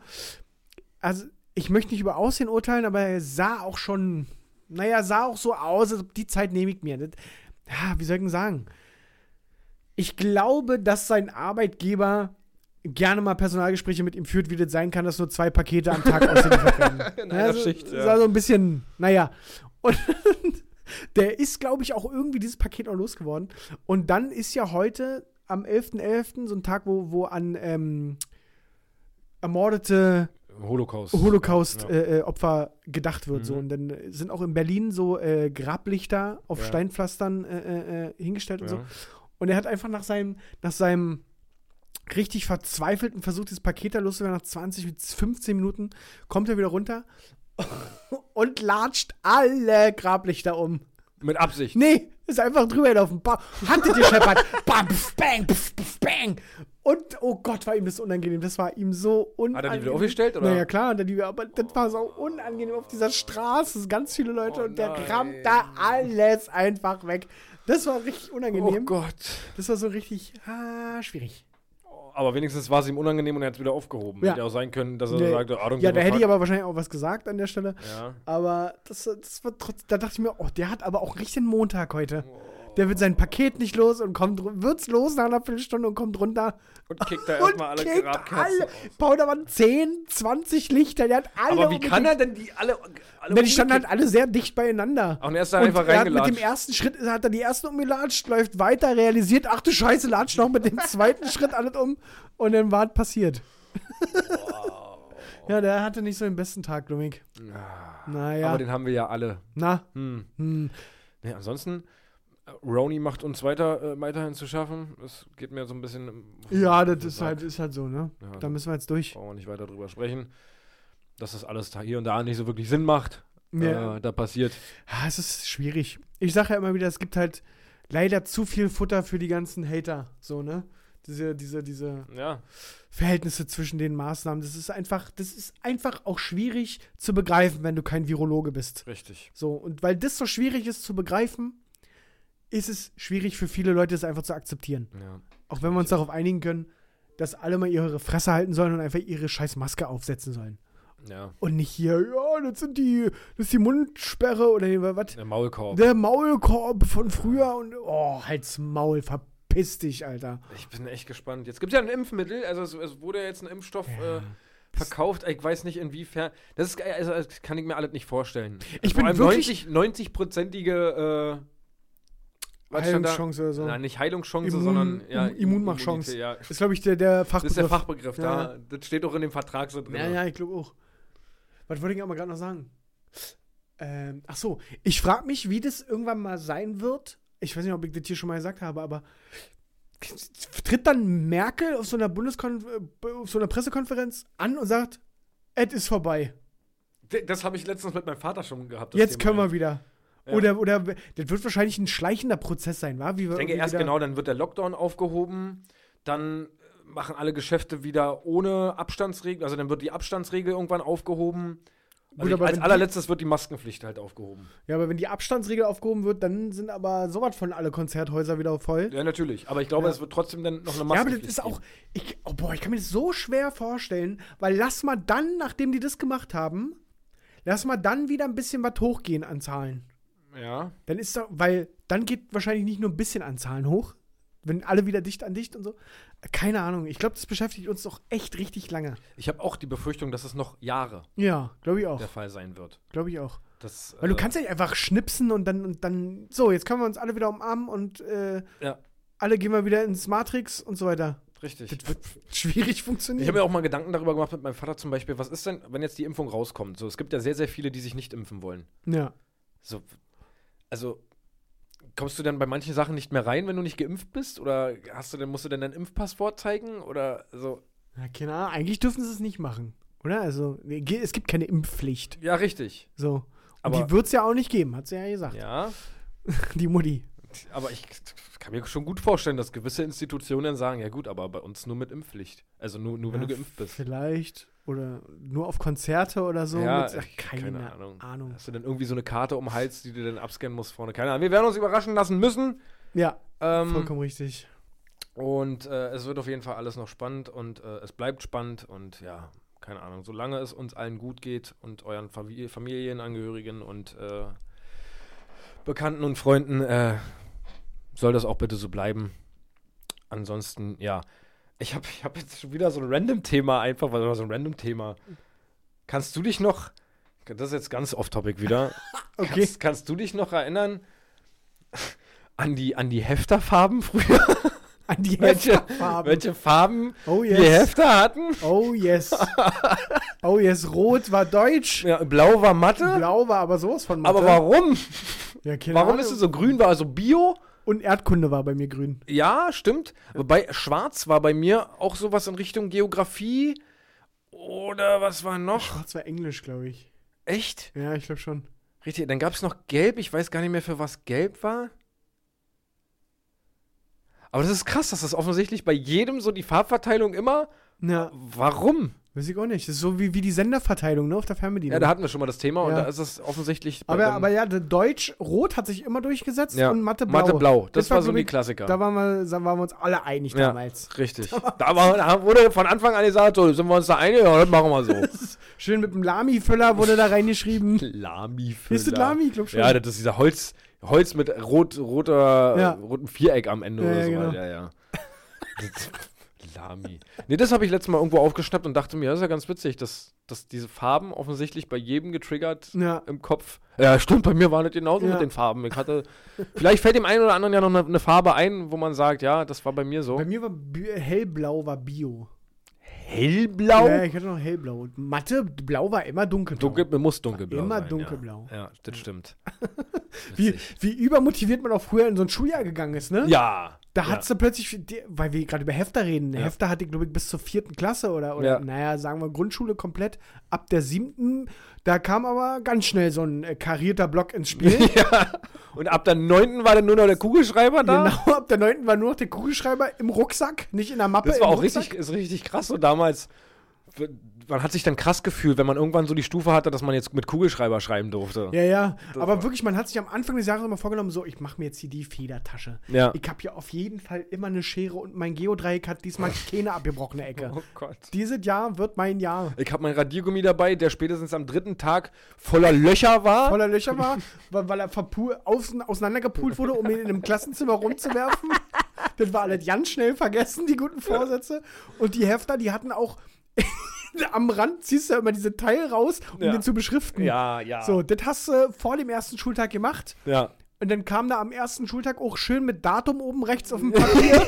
D: Also, ich möchte nicht über Aussehen urteilen, aber er sah auch schon, naja, sah auch so aus, als ob die Zeit nehme ich mir. Das, ja, wie soll ich denn sagen? Ich glaube, dass sein Arbeitgeber gerne mal Personalgespräche mit ihm führt, wie das sein kann, dass nur zwei Pakete am Tag ausgeliefert werden.
C: In
D: Ja, so, sah so ein bisschen, naja. Und der ist, glaube ich, auch irgendwie dieses Paket auch losgeworden. Und dann ist ja heute am 11.11. so ein Tag, wo, wo an ähm, ermordete
C: Holocaust.
D: Holocaust-Opfer
C: Ja. Mhm.
D: äh, Opfer gedacht wird. So. Und dann sind auch in Berlin so äh, Grablichter auf
C: Ja.
D: Steinpflastern äh, äh, äh, hingestellt
C: Ja.
D: und so. Und er hat einfach nach seinem, nach seinem richtig verzweifelten Versuch, dieses Paket da loszuwerden, nach 20 bis 15 Minuten, kommt er wieder runter und latscht alle Grablichter um.
C: Mit Absicht.
D: Nee, ist einfach drüber gelaufen. Ba Hatte gescheppert. Bam, pf, bang, pf, pf, bang. Und, oh Gott, war ihm das unangenehm. Das war ihm so unangenehm.
C: Hat er die wieder aufgestellt, oder?
D: Naja, klar, hat er die wieder, aber das war so unangenehm auf dieser Straße. Ganz viele Leute
C: Oh
D: und der
C: nein.
D: rammt da alles einfach weg. Das war richtig
C: Oh
D: unangenehm.
C: Gott.
D: Das war so richtig ah, schwierig.
C: aber wenigstens war es ihm unangenehm und er hat es wieder aufgehoben.
D: Ja.
C: Hätte auch sein können, dass er
D: Nee.
C: sagte, ah, don't
D: Ja,
C: give
D: da
C: a
D: hätte ich
C: fuck.
D: aber wahrscheinlich auch was gesagt an der Stelle.
C: Ja.
D: Aber das, das war trotzdem, da dachte ich mir, oh, der hat aber auch richtig einen Montag heute. Der wird sein Paket nicht los und kommt, ru- wird's los nach einer Viertelstunde und kommt runter.
C: Und kickt da
D: Und
C: erstmal alle
D: kickt
C: Grabkerzen.
D: alle. Paul, da waren 10, 20 Lichter, der hat alle.
C: Aber wie kann er denn die alle. alle
D: Denn die standen halt alle sehr dicht beieinander.
C: Und er ist da einfach
D: er hat mit dem
C: reingelatscht.
D: ersten Schritt hat er die ersten umgelatscht, läuft weiter, realisiert, ach du Scheiße, latscht noch mit dem zweiten Schritt alles um und dann war es passiert. ja, der hatte nicht so den besten Tag, Lumik. Naja,
C: Aber den haben wir ja alle.
D: na,
C: Hm.
D: hm.
C: Nee, ansonsten, äh, Roni macht uns weiter, äh, weiterhin zu schaffen. Das geht mir so ein bisschen. im-
D: ja, das
C: im
D: ist
C: Sack.
D: halt, ist halt so, ne?
C: Also. Ja,
D: Da
C: da
D: müssen wir jetzt durch.
C: brauchen wir nicht weiter drüber sprechen. Dass das alles da- hier und da nicht so wirklich Sinn macht.
D: Ja.
C: Äh, da passiert.
D: Ah, es ist schwierig. Ich sage ja immer wieder, es gibt halt leider zu viel Futter für die ganzen Hater, so, ne? Diese, diese, diese
C: Ja.
D: Verhältnisse zwischen den Maßnahmen. Das ist einfach, das ist einfach auch schwierig zu begreifen, wenn du kein Virologe bist.
C: Richtig.
D: So, und weil das so schwierig ist zu begreifen, ist es schwierig für viele Leute, es einfach zu akzeptieren.
C: Ja.
D: Auch wenn wir uns darauf einigen können, dass alle mal ihre Fresse halten sollen und einfach ihre scheiß Maske aufsetzen sollen.
C: Ja.
D: Und nicht hier, ja, das sind die, das ist die Mundsperre oder nee, was?
C: Der Maulkorb.
D: Der Maulkorb von früher und oh, halt's Maul, verpiss dich, Alter.
C: Ich bin echt gespannt. Jetzt gibt es ja ein Impfmittel. Also es, es wurde ja jetzt ein Impfstoff äh, verkauft. Ich weiß nicht inwiefern. Das ist ge- also das kann ich mir alles nicht vorstellen. Also
D: Ich
C: Vor
D: bin
C: allem
D: wirklich
C: 90 90-prozentige äh, was stand da?
D: Heilungschance oder so.
C: Nein, nicht Heilungschance,
D: Immun-
C: sondern ja,
D: Im- Immunmachchance.
C: Immunität, Ja.
D: Ist, glaube ich, der, der
C: Das ist der genau.
D: Fachbegriff.
C: Fachbegriff
D: Ja,
C: da. Das steht auch in dem Vertrag so drin.
D: Ja, ja, ich glaube auch. Was wollte ich aber gerade noch sagen? Ähm, ach so, ich frage mich, wie das irgendwann mal sein wird. Ich weiß nicht, ob ich das hier schon mal gesagt habe, aber tritt dann Merkel auf so einer Bundeskon äh, auf so einer Pressekonferenz an und sagt, es ist vorbei.
C: D- Das habe ich letztens mit meinem Vater schon gehabt. das
D: Jetzt
C: Thema.
D: können wir wieder.
C: Ja.
D: Oder, oder das wird wahrscheinlich ein schleichender Prozess sein, wa? Wie wir
C: Ich denke
D: irgendwie
C: erst
D: wieder-
C: genau, dann wird der Lockdown aufgehoben, dann äh, machen alle Geschäfte wieder ohne Abstandsregel, also dann wird die Abstandsregel irgendwann aufgehoben. Also
D: Gut,
C: ich,
D: aber
C: als
D: wenn
C: allerletztes wird die Maskenpflicht halt aufgehoben.
D: Ja, aber wenn die Abstandsregel aufgehoben wird, dann sind aber sowas von alle Konzerthäuser wieder voll.
C: Ja, natürlich. Aber ich glaube,
D: Ja.
C: es wird trotzdem dann noch eine
D: Ja, aber das
C: Maskenpflicht.
D: ist auch.
C: geben.
D: Ich, oh boah, ich kann mir das so schwer vorstellen, weil lass mal dann, nachdem die das gemacht haben, lass mal dann wieder ein bisschen was hochgehen an Zahlen.
C: Ja.
D: Dann ist da, weil dann geht wahrscheinlich nicht nur ein bisschen an Zahlen hoch, wenn alle wieder dicht an dicht und so. Keine Ahnung. Ich glaube, das beschäftigt uns doch echt richtig lange.
C: Ich habe auch die Befürchtung, dass es noch Jahre
D: Ja, glaube ich auch.
C: der Fall sein wird.
D: Glaube ich auch.
C: Das,
D: Weil du
C: äh,
D: kannst ja nicht einfach schnipsen und dann und dann. So, jetzt können wir uns alle wieder umarmen und äh,
C: Ja.
D: alle gehen mal wieder ins Matrix und so weiter.
C: Richtig.
D: Das wird schwierig funktionieren.
C: Ich habe mir auch mal Gedanken darüber gemacht mit meinem Vater zum Beispiel, was ist denn, wenn jetzt die Impfung rauskommt? So, es gibt ja sehr, sehr viele, die sich nicht impfen wollen.
D: ja.
C: So, also kommst du dann bei manchen Sachen nicht mehr rein, wenn du nicht geimpft bist? Oder hast du denn, musst du denn dein Impfpasswort zeigen? Oder so.
D: ja, keine Ahnung. Eigentlich dürfen sie es nicht machen. Oder? Also, ge- es gibt keine Impfpflicht.
C: Ja, richtig.
D: So. Und
C: Aber-
D: die wird es ja auch nicht geben, hat sie ja gesagt.
C: Ja.
D: Die Mutti.
C: Aber ich kann mir schon gut vorstellen, dass gewisse Institutionen dann sagen, ja gut, aber bei uns nur mit Impfpflicht. Also nur, nur wenn
D: Ja,
C: du geimpft bist.
D: Vielleicht. Oder nur auf Konzerte oder so.
C: Ja,
D: mit-
C: ich- keine Ahnung.
D: Ahnung.
C: Hast du dann irgendwie so eine Karte um den Hals, die du dann abscannen musst vorne? Keine Ahnung. Wir werden uns überraschen lassen müssen.
D: Ja,
C: Ähm,
D: vollkommen richtig.
C: Und äh, es wird auf jeden Fall alles noch spannend und äh, es bleibt spannend und ja, keine Ahnung, solange es uns allen gut geht und euren Fami Familienangehörigen und äh, Bekannten und Freunden, äh, soll das auch bitte so bleiben. Ansonsten, ja, ich habe ich hab jetzt schon wieder so ein Random-Thema einfach, weil so ein Random-Thema. Kannst du dich noch, das ist jetzt ganz off-topic wieder,
D: Okay.
C: kannst, kannst du dich noch erinnern an die, an die Hefterfarben früher?
D: An die
C: welche,
D: Hefterfarben.
C: welche Farben
D: Oh
C: die
D: yes.
C: Hefter hatten.
D: Oh yes. Oh yes. Rot war deutsch.
C: Ja, blau war Mathe.
D: Blau war aber sowas von Mathe.
C: Aber warum?
D: Ja, keine
C: Warum
D: Ahnung.
C: ist es so grün? War also Bio?
D: Und Erdkunde war bei mir grün.
C: Ja, stimmt. Wobei schwarz war bei mir auch sowas in Richtung Geografie. Oder was war noch?
D: Schwarz war Englisch, glaube ich.
C: Echt?
D: Ja, ich glaube schon.
C: Richtig. Dann gab es noch gelb. Ich weiß gar nicht mehr, für was gelb war. Aber das ist krass, dass das offensichtlich bei jedem so die Farbverteilung immer.
D: Ja,
C: Warum?
D: Weiß ich auch nicht. Das ist so wie, wie die Senderverteilung ne, auf der Fernbedienung.
C: Ja, da hatten wir schon mal das Thema und
D: Ja.
C: da ist es offensichtlich. bei-
D: aber,
C: beim-
D: aber ja, der Deutsch-Rot hat sich immer durchgesetzt
C: Ja.
D: und Mathe-Blau.
C: Mathe-Blau, das war so
D: glaub
C: die
D: ich,
C: Klassiker.
D: Da waren, wir, da waren wir uns alle einig
C: Ja.
D: damals.
C: Richtig. Da, war, da wurde von Anfang an gesagt, so, sind wir uns da einig, ja, das machen wir so.
D: Schön mit dem Lami-Füller wurde da reingeschrieben.
C: Lami für
D: Ist das Lami? Ich glaube schon.
C: Ja, das ist dieser Holz, Holz mit rot, roter,
D: Ja.
C: rotem Viereck am Ende
D: Ja,
C: oder
D: ja,
C: so.
D: genau.
C: Ja, ja. Lami. Nee, das habe ich letztes Mal irgendwo aufgeschnappt und dachte mir, das ist ja ganz witzig, dass, dass diese Farben offensichtlich bei jedem getriggert
D: ja.
C: im Kopf. Ja, stimmt, bei mir war das genauso
D: Ja.
C: mit den Farben. Ich hatte, vielleicht fällt dem einen oder anderen ja noch eine, eine Farbe ein, wo man sagt, ja, das war bei mir so.
D: Bei mir war Bi- hellblau war Bio.
C: Hellblau?
D: Ja, ich hatte noch hellblau. Und Mathe, blau war immer dunkelblau.
C: Dunkel, muss dunkelblau.
D: Immer
C: sein,
D: dunkelblau.
C: Ja. ja, das stimmt.
D: Wie,
C: Witzig.
D: wie übermotiviert man auch früher in so ein Schuljahr gegangen ist, ne?
C: Ja.
D: Da
C: ja.
D: hattest du plötzlich, die- weil wir gerade über Hefter reden,
C: Ja.
D: Hefter hatte ich, glaube ich, bis zur vierten Klasse oder, oder
C: Ja.
D: naja, sagen wir Grundschule komplett, ab der siebten, da kam aber ganz schnell so ein äh, karierter Block ins Spiel.
C: Und ab der 9. war dann nur noch der Kugelschreiber da.
D: genau, ab der neunten war nur noch der Kugelschreiber im Rucksack, nicht in der Mappe.
C: Das war
D: im
C: auch
D: Rucksack.
C: richtig, ist richtig krass so damals. Man hat sich dann krass gefühlt, wenn man irgendwann so die Stufe hatte, dass man jetzt mit Kugelschreiber schreiben durfte.
D: Ja, ja.
C: war-
D: Aber wirklich, man hat sich am Anfang des Jahres immer vorgenommen, so, ich mache mir jetzt hier die Federtasche.
C: Ja.
D: Ich habe ja auf jeden Fall immer eine Schere und mein Geodreieck hat diesmal keine abgebrochene Ecke.
C: Oh Gott.
D: Dieses Jahr wird mein Jahr.
C: Ich habe meinen Radiergummi dabei, der spätestens am dritten Tag voller Löcher war.
D: Voller Löcher war, weil, weil er verpu- außen, auseinandergepult wurde, um ihn in einem Klassenzimmer rumzuwerfen. Das war alles ganz schnell vergessen, die guten Vorsätze. Und die Hefter, die hatten auch am Rand ziehst du ja immer diese Teil raus, um
C: Ja.
D: den zu beschriften.
C: ja, ja.
D: So, das hast du vor dem ersten Schultag gemacht.
C: ja.
D: Und dann kam da am ersten Schultag auch schön mit Datum oben rechts auf dem Papier.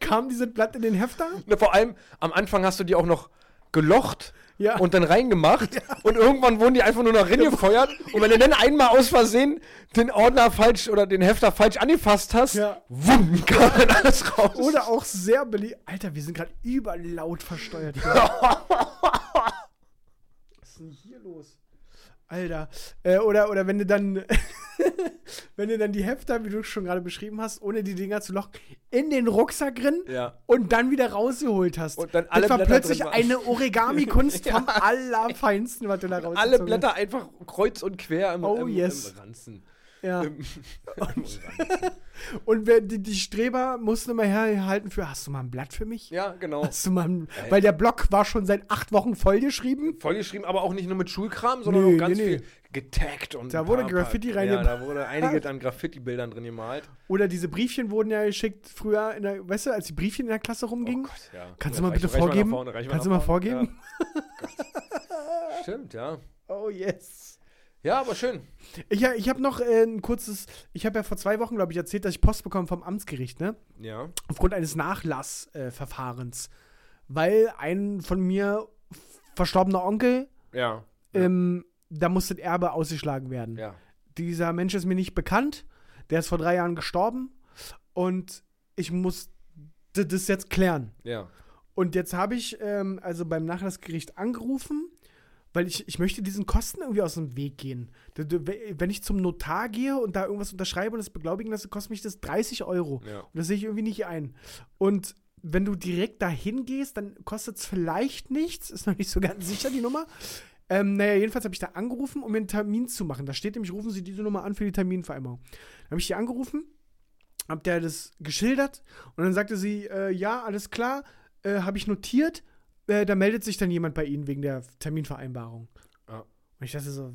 D: kam dieses Blatt in den Hefter.
C: Na, vor allem, am Anfang hast du die auch noch gelocht
D: Ja.
C: und dann reingemacht und irgendwann wurden die einfach nur noch reingefeuert. Und wenn du dann einmal aus Versehen den Ordner falsch oder den Hefter falsch angefasst hast,
D: Ja.
C: wumm, kam dann alles raus.
D: Oder auch sehr beliebt. Alter, wir sind gerade überlaut versteuert. hier. Was ist denn hier los? Alter. Äh, oder, oder wenn du dann. wenn du dann die Hefter, wie du schon gerade beschrieben hast, ohne die Dinger zu lochen, in den Rucksack drin
C: Ja.
D: und dann wieder rausgeholt hast.
C: Und dann alle
D: das war
C: Blätter
D: plötzlich
C: drin waren.
D: eine Origami-Kunst vom Allerfeinsten, was du da rausgezogen
C: alle
D: hast.
C: Blätter einfach kreuz und quer im,
D: Oh,
C: im,
D: yes.
C: im Ranzen.
D: Ja.
C: Im, im Ranzen.
D: Und wer, die, die Streber mussten immer herhalten für, hast du mal ein Blatt für mich?
C: Ja, genau.
D: Hast du mal ein, weil der Blog war schon seit acht Wochen vollgeschrieben.
C: Vollgeschrieben, aber auch nicht nur mit Schulkram, sondern
D: Nee,
C: auch ganz
D: nee, nee.
C: viel getaggt und.
D: Da
C: ein
D: wurde
C: paar-
D: Graffiti
C: paar- Ja,
D: reinge-
C: da wurde einiges an Graffiti-Bildern drin gemalt.
D: Oder diese Briefchen wurden ja geschickt früher, in der, weißt du, als die Briefchen in der Klasse rumgingen.
C: Oh Gott, ja.
D: Kannst
C: Ja,
D: du mal
C: reich-
D: bitte
C: reich nach
D: vorgeben?
C: vorne, reich
D: Kannst
C: nach
D: du mal
C: vorne,
D: vorgeben?
C: Ja. Stimmt, ja.
D: Oh, yes.
C: Ja, aber schön.
D: Ich, ha- ich habe noch äh, ein kurzes, ich habe ja vor zwei Wochen, glaube ich, erzählt, dass ich Post bekomme vom Amtsgericht, ne?
C: Ja.
D: Aufgrund eines Nachlassverfahrens. Äh, Verfahrens. weil ein von mir verstorbener Onkel,
C: Ja.
D: ähm, da musste das Erbe ausgeschlagen werden.
C: Ja.
D: dieser Mensch ist mir nicht bekannt. Der ist vor drei Jahren gestorben. Und ich muss d- das jetzt klären.
C: Ja.
D: Und jetzt habe ich ähm, also beim Nachlassgericht angerufen, weil ich, ich möchte diesen Kosten irgendwie aus dem Weg gehen. D- d- we- Wenn ich zum Notar gehe und da irgendwas unterschreibe und das beglaubigen lasse, kostet mich das 30 Euro.
C: Ja.
D: Und das sehe ich irgendwie nicht ein. Und wenn du direkt dahin gehst, dann kostet es vielleicht nichts. Ist noch nicht so ganz sicher, die Nummer. Ähm, naja, jedenfalls habe ich da angerufen, um mir einen Termin zu machen. Da steht nämlich, rufen Sie diese Nummer an für die Terminvereinbarung. Da habe ich die angerufen, hab der das geschildert und dann sagte sie, äh, ja, alles klar, äh, habe ich notiert. Äh, da meldet sich dann jemand bei Ihnen wegen der Terminvereinbarung.
C: Ja.
D: Und ich dachte so,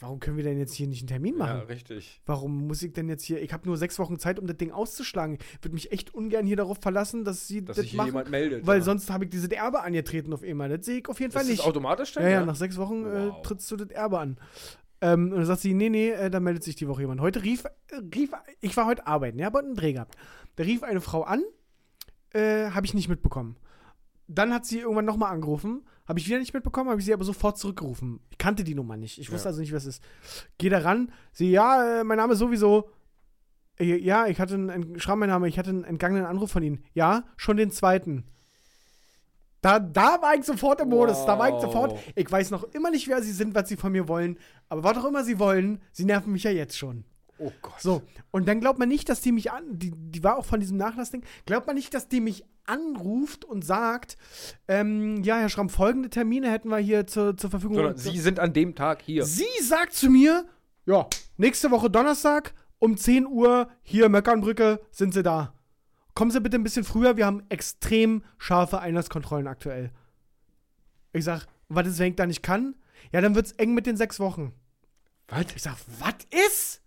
D: warum können wir denn jetzt hier nicht einen Termin
C: Ja,
D: machen?
C: richtig.
D: Warum muss ich denn jetzt hier? Ich habe nur sechs Wochen Zeit, um das Ding auszuschlagen. Ich würde mich echt ungern hier darauf verlassen, dass sie
C: Dass
D: das
C: sich hier
D: machen,
C: jemand meldet.
D: weil
C: ja.
D: sonst habe ich dieses Erbe angetreten auf einmal. Das sehe ich auf jeden Fall
C: Ist das
D: nicht.
C: automatisch dann?
D: Ja, ja, nach sechs Wochen äh,
C: Wow.
D: trittst du das Erbe an. Ähm, und dann sagt sie, nee, nee, äh, da meldet sich die Woche jemand. Heute rief, äh, rief ich war heute arbeiten, ja, aber einen Dreh gehabt. Da rief eine Frau an, äh, habe ich nicht mitbekommen. Dann hat sie irgendwann nochmal angerufen, habe ich wieder nicht mitbekommen, habe ich sie aber sofort zurückgerufen. Ich kannte die Nummer nicht, ich wusste
C: Ja.
D: also nicht, was es ist. Geh da ran, sie, ja, äh, mein Name ist sowieso. Äh, Ja, ich hatte einen, einen schreibe meinen Namen, ich hatte einen entgangenen Anruf von Ihnen. Ja, schon den zweiten. Da, da war ich sofort im Modus. Da war ich
C: Wow.
D: sofort. Ich weiß noch immer nicht, wer sie sind, was sie von mir wollen. Aber was auch immer sie wollen, sie nerven mich ja jetzt schon.
C: Oh Gott.
D: So, und dann glaubt man nicht, dass die mich an, die, die war auch von diesem Nachlassding, glaubt man nicht, dass die mich anruft und sagt, ähm, ja, Herr Schramm, folgende Termine hätten wir hier zur, zur Verfügung.
C: Sondern
D: Und so-
C: Sie sind an dem Tag hier.
D: Sie sagt zu mir, ja, nächste Woche Donnerstag um 10 Uhr hier Möckernbrücke sind Sie da. Kommen Sie bitte ein bisschen früher, wir haben extrem scharfe Einlasskontrollen aktuell. Ich sag, was ist, wenn ich da nicht kann? Ja, dann wird's eng mit den sechs Wochen.
C: Was?
D: Ich sag, was ist?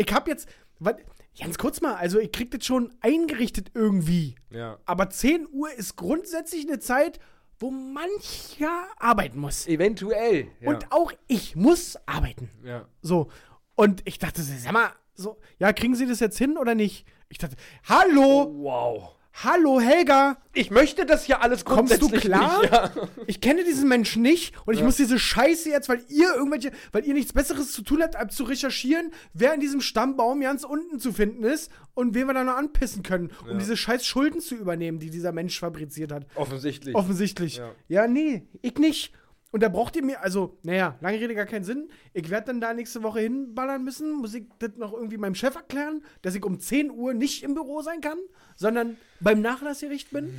D: Ich hab jetzt, wat, ganz kurz mal, also ich krieg das schon eingerichtet irgendwie.
C: Ja.
D: Aber 10 Uhr ist grundsätzlich eine Zeit, wo mancher arbeiten muss.
C: Eventuell. Ja.
D: Und auch ich muss arbeiten.
C: ja.
D: So. Und ich dachte, sag mal, so, ja, kriegen Sie das jetzt hin oder nicht? Ich dachte, hallo,
C: Wow.
D: hallo Helga,
C: Ich möchte das hier alles
D: kommst du
C: grundsätzlich
D: klar?
C: Nicht, ja.
D: Ich kenne diesen Menschen nicht und ich muss diese Scheiße jetzt, weil ihr irgendwelche, weil ihr nichts Besseres zu tun habt, als zu recherchieren, wer in diesem Stammbaum ganz unten zu finden ist und wen wir da noch anpissen können, um diese scheiß Schulden zu übernehmen, die dieser Mensch fabriziert hat.
C: Offensichtlich.
D: Offensichtlich.
C: Ja.
D: Ja. nee, ich nicht. Und da braucht ihr mir, also, naja, lange Rede gar keinen Sinn. Ich werde dann da nächste Woche hinballern müssen. Muss ich das noch irgendwie meinem Chef erklären, dass ich um 10 Uhr nicht im Büro sein kann, sondern beim Nachlassgericht bin?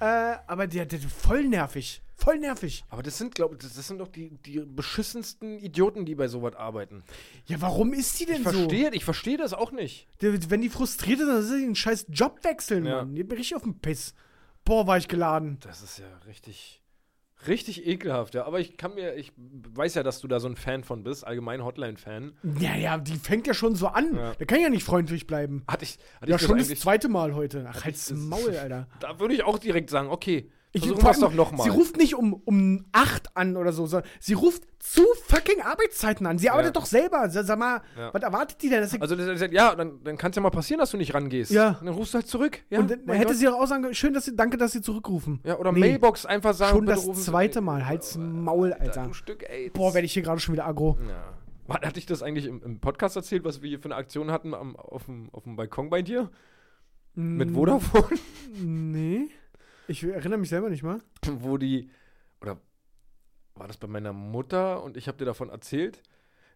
D: Äh, aber der, der, voll nervig. Voll nervig.
C: Aber das sind, glaube das, das sind doch die, die beschissensten Idioten, die bei sowas arbeiten.
D: Ja, warum ist die denn
C: Ich
D: so?
C: verstehe, ich verstehe das auch nicht.
D: Der, wenn die frustriert ist, dann soll sie den scheiß Job wechseln,
C: Ja.
D: Mann. Die bin richtig auf den Piss. Boah, war ich geladen.
C: Das ist ja richtig, richtig ekelhaft, ja. Aber ich kann mir, ich weiß ja, dass du da so ein Fan von bist, allgemein Hotline-Fan.
D: Naja, die fängt ja schon so an.
C: Ja.
D: Da kann ich ja nicht freundlich bleiben.
C: Hatte ich, hatte
D: Ja,
C: ich das
D: schon das
C: eigentlich.
D: zweite Mal heute. Ach, halt's
C: das-
D: Maul, Alter.
C: Da würde ich auch direkt sagen, okay,
D: Ich-
C: versuchen
D: vor
C: wir es
D: allem,
C: doch nochmal.
D: Sie ruft nicht um, um 8 an oder so, sondern sie ruft zu fucking Arbeitszeiten an. Sie arbeitet doch selber. Sa- Sag mal,
C: Ja.
D: was erwartet die denn? Dass sie-
C: Also, das- das- ja, dann, dann kann es ja mal passieren, dass du nicht rangehst.
D: Ja.
C: Und dann rufst du halt zurück. Ja,
D: und dann
C: mein
D: hätte
C: Gott.
D: sie doch auch sagen können, schön, dass sie, danke, dass sie zurückrufen.
C: ja, oder
D: Nee,
C: Mailbox einfach sagen.
D: Schon
C: bitte
D: das
C: rufen Sie-
D: zweite Mal. Halt's Maul,
C: Alter,
D: Alter.
C: du Stück, ey. das-
D: Boah, werde ich hier gerade schon wieder aggro.
C: Ja. Warte, Hatte ich das eigentlich im, im Podcast erzählt, was wir hier für eine Aktion hatten am, auf, dem, auf dem Balkon bei dir?
D: Mm.
C: Mit Vodafone?
D: Nee. Ich erinnere mich selber nicht mal.
C: wo die, oder war das bei meiner Mutter und ich habe dir davon erzählt?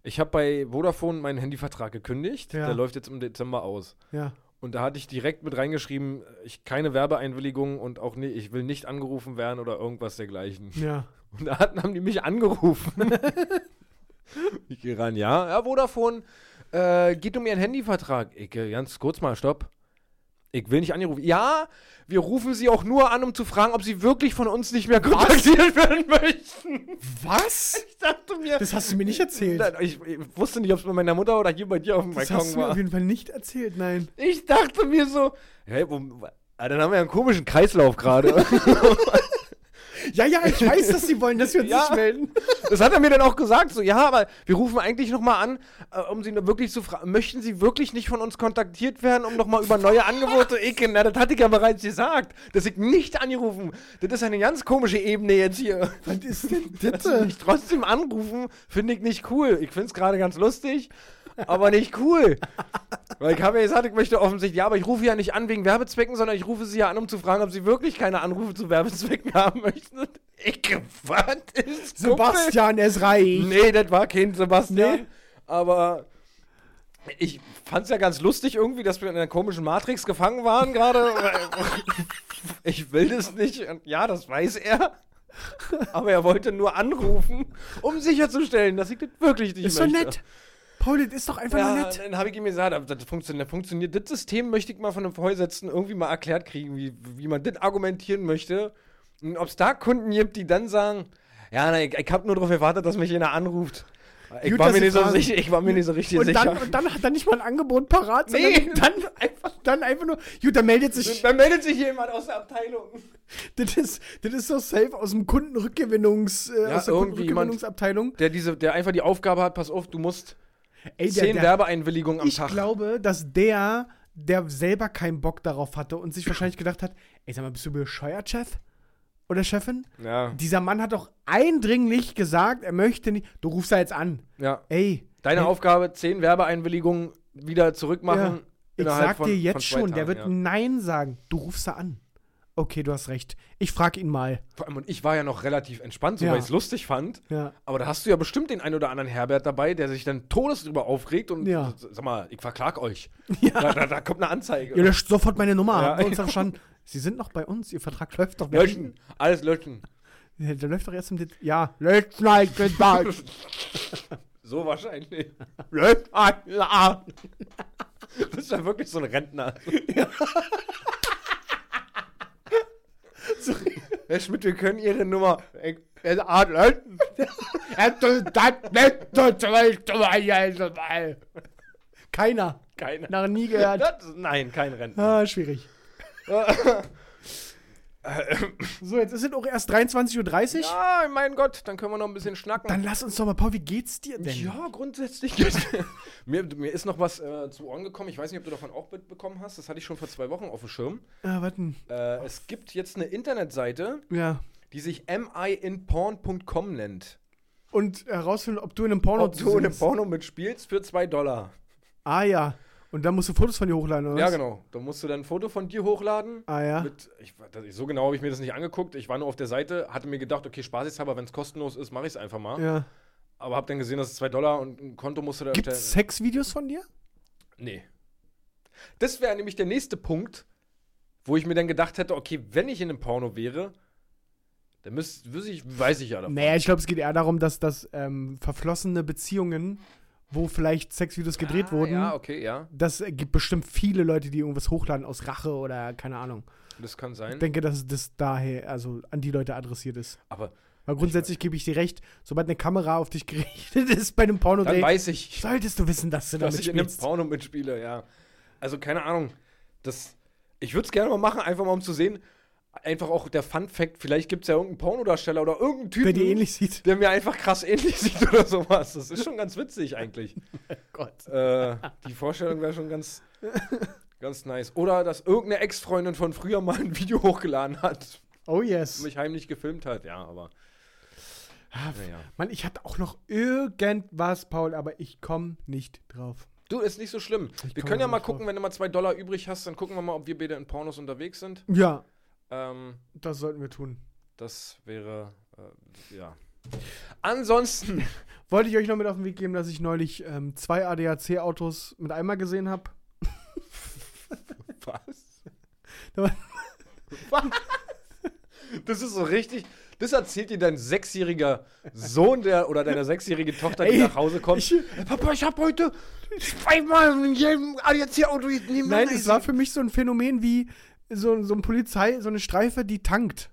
C: Ich habe bei Vodafone meinen Handyvertrag gekündigt.
D: Ja.
C: Der läuft jetzt im Dezember aus.
D: Ja.
C: Und da hatte ich direkt mit reingeschrieben, ich keine Werbeeinwilligung und auch nie, ich will nicht angerufen werden oder irgendwas dergleichen.
D: Ja.
C: Und da hatten, haben die mich angerufen. ich gehe ran, ja. Ja, Vodafone, äh, geht um ihren Handyvertrag. Ich, äh, ganz kurz mal, stopp. Ich will nicht angerufen. Ja, wir rufen sie auch nur an, um zu fragen, ob sie wirklich von uns nicht mehr kontaktiert werden möchten.
D: Was?
C: Ich dachte mir.
D: Das hast du mir nicht erzählt.
C: Nein, ich, ich wusste nicht, ob es bei meiner Mutter oder hier bei dir auf dem
D: Das
C: Balkon
D: hast du mir
C: war.
D: auf jeden Fall nicht erzählt, nein.
C: Ich dachte mir so, hey, wo, ah, dann haben wir ja einen komischen Kreislauf gerade.
D: Ja, ja, ich weiß, dass sie wollen, dass wir uns
C: Ja.
D: nicht melden.
C: Das hat er mir dann auch gesagt, so, ja, aber wir rufen eigentlich nochmal an, äh, um sie nur wirklich zu fragen, möchten sie wirklich nicht von uns kontaktiert werden, um nochmal über neue Angebote, ich, na, das hatte ich ja bereits gesagt, dass ich nicht angerufen, das ist eine ganz komische Ebene jetzt hier.
D: Was ist denn
C: Dass sie
D: bitte?
C: mich trotzdem anrufen, finde ich nicht cool. Ich finde es gerade ganz lustig, aber nicht cool. Weil ich habe ja gesagt, ich möchte offensichtlich, ja, aber ich rufe ja nicht an wegen Werbezwecken, sondern ich rufe sie ja an, um zu fragen, ob sie wirklich keine Anrufe zu Werbezwecken haben möchten. Und Ich, was ist Kumpel?
D: Sebastian, es reicht.
C: Nee, das war kein Sebastian.
D: Nee?
C: Aber ich fand's ja ganz lustig irgendwie, dass wir in einer komischen Matrix gefangen waren gerade. ich will das nicht. Und ja, das weiß er. Aber er wollte nur anrufen, um sicherzustellen, dass ich das wirklich nicht
D: Ist doch
C: möchte.
D: nett. Paul, das ist doch einfach nur
C: Ja,
D: nett.
C: dann habe ich ihm gesagt, aber das funktioniert, das funktioniert. Das System möchte ich mal von einem Vorgesetzten irgendwie mal erklärt kriegen, wie, wie man das argumentieren möchte. Und ob es da Kunden gibt, die dann sagen, ja, na, ich, ich habe nur darauf gewartet, dass mich jemand anruft. Ich,
D: Gut,
C: war,
D: dass
C: mir
D: Sie
C: nicht so
D: fragen.
C: sicher, ich war mir nicht so richtig
D: Und
C: sicher.
D: dann, und dann hat er nicht mal ein Angebot parat, sondern
C: Nee.
D: dann, einfach, dann einfach nur, gut, da meldet sich,
C: dann meldet sich jemand aus der Abteilung.
D: das ist, das ist so safe aus dem Kundenrückgewinnungs, äh,
C: Ja,
D: aus
C: irgendwie
D: der
C: jemand-
D: Kundenrückgewinnungsabteilung.
C: Der, diese, der einfach die Aufgabe hat, pass auf, du musst
D: Ey, der,
C: zehn
D: der,
C: Werbeeinwilligungen am
D: ich
C: Tag.
D: glaube, dass der, der selber keinen Bock darauf hatte und sich wahrscheinlich gedacht hat, ey, sag mal, bist du bescheuert, Chef? Oder Chefin?
C: ja,
D: Dieser Mann hat doch eindringlich gesagt, er möchte nicht, du rufst da jetzt an.
C: ja.
D: Ey,
C: Deine
D: Nee.
C: Aufgabe, zehn Werbeeinwilligungen wieder zurückmachen.
D: Ich
C: innerhalb
D: sag
C: von-
D: dir
C: von
D: jetzt
C: zwei
D: schon, der
C: Tagen,
D: wird
C: ja.
D: Nein sagen. Du rufst da an. Okay, du hast recht. Ich frage ihn mal.
C: Vor allem, und ich war ja noch relativ entspannt, so
D: Ja.
C: weil ich es lustig fand.
D: Ja.
C: Aber da hast du ja bestimmt den einen oder anderen Herbert dabei, der sich dann todes drüber aufregt und
D: Ja.
C: s- sag mal, ich verklag euch.
D: Ja.
C: Da, da, da kommt eine Anzeige.
D: Ihr löscht sofort meine Nummer.
C: Ja.
D: Haben wir uns doch schon. Sie sind noch bei uns. Ihr Vertrag läuft doch. Wir
C: löschen, alles löschen.
D: hatten- Ja, Der läuft doch erst im Dez Ja, halt löscht nein, Vertrag.
C: So wahrscheinlich.
D: Löscht nein, ja.
C: Du bist ja wirklich so ein Rentner. Herr Schmidt, wir können Ihre Nummer. also,
D: Keiner.
C: Keine.
D: Noch nie gehört.
C: Das, nein, kein Rentner.
D: Ah, schwierig. so, jetzt ist es auch erst 23.30 Uhr.
C: Ja, Ah, mein Gott, dann können wir noch ein bisschen schnacken.
D: Dann lass uns doch mal, Paul, wie geht's dir denn?
C: Ja, grundsätzlich. geht's. mir, mir ist noch was äh, zu Ohren gekommen. Ich weiß nicht, ob du davon auch mitbekommen hast. Das hatte ich schon vor zwei Wochen auf dem Schirm.
D: Ah, warten.
C: Äh, es gibt jetzt eine Internetseite,
D: Ja.
C: die sich miinporn.com nennt.
D: Und herausfinden, ob du in einem Porno
C: Ob du in einem
D: singst.
C: Porno mitspielst für 2 Dollar.
D: Ah, ja. Und dann musst du Fotos von dir hochladen, oder?
C: Ja,
D: was?
C: genau. Da musst du dann ein Foto von dir hochladen.
D: Ah, ja.
C: Mit, ich, das- so genau habe ich mir das nicht angeguckt. Ich war nur auf der Seite, hatte mir gedacht, okay, spaßeshalber, wenn es kostenlos ist, mache ich es einfach mal.
D: ja.
C: Aber habe dann gesehen, das ist 2 Dollar und ein Konto musst du da
D: Gibt's Sexvideos von dir?
C: Nee. Das wäre nämlich der nächste Punkt, wo ich mir dann gedacht hätte, okay, wenn ich in einem Porno wäre, dann müsste, wüsste ich, weiß ich ja davon.
D: Naja, ich glaube, es geht eher darum, dass das ähm, verflossene Beziehungen, wo vielleicht Sexvideos gedreht
C: Ah,
D: wurden,
C: Ja, okay, ja.
D: das äh, gibt bestimmt viele Leute, die irgendwas hochladen aus Rache oder keine Ahnung.
C: Das kann
D: Ich
C: sein.
D: denke, dass das daher, also an die Leute adressiert ist.
C: Aber
D: Weil grundsätzlich gebe ich dir recht, sobald eine Kamera auf dich gerichtet ist bei einem porno
C: dann weiß ich,
D: solltest du wissen, dass du
C: dass
D: damit
C: ich in einem
D: spielst.
C: Porno mitspiele, ja. Also keine Ahnung. Das, ich würde es gerne mal machen, einfach mal um zu sehen. Einfach auch der Fun Fact, vielleicht gibt es ja irgendeinen Pornodarsteller oder irgendeinen Typen,
D: Wer dir ähnlich sieht.
C: der mir einfach krass ähnlich sieht oder sowas. Das ist schon ganz witzig eigentlich.
D: Oh Gott.
C: äh, die Vorstellung wäre schon ganz, ganz nice. Oder dass irgendeine Ex-Freundin von früher mal ein Video hochgeladen hat,
D: Oh yes.
C: mich heimlich gefilmt hat. Ja, aber. Naja.
D: Ah, Mann, ich hatte auch noch irgendwas, Paul, aber ich komme nicht drauf.
C: Du, ist nicht so schlimm.
D: Ich
C: wir
D: komm
C: können ja
D: da
C: mal
D: nicht
C: gucken, wenn du mal zwei Dollar übrig hast, dann gucken wir mal, ob wir beide in Pornos unterwegs sind.
D: Ja,
C: Ähm,
D: das sollten wir tun.
C: das wäre. Äh, ja. Ansonsten.
D: Wollte ich euch noch mit auf den Weg geben, dass ich neulich ähm, zwei ADAC-Autos mit einmal gesehen habe.
C: Was?
D: Da-
C: Das ist so richtig. Das erzählt dir dein sechsjähriger Sohn der, oder deine sechsjährige Tochter, die
D: Ey,
C: nach Hause kommt.
D: ich-
C: Papa, ich hab heute zweimal in jedem ah, ADAC-Auto neben
D: Nein, es war für mich so ein Phänomen wie so, so ein Polizei, so eine Streife, die tankt.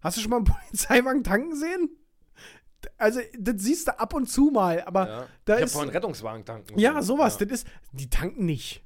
D: Hast du schon mal einen Polizeiwagen tanken sehen? Also, das siehst du ab und zu mal, aber
C: Ja.
D: da
C: ich hab
D: ist.
C: vorhin Rettungswagen tanken. müssen.
D: Ja, sowas.
C: Ja.
D: Das ist. Die tanken nicht.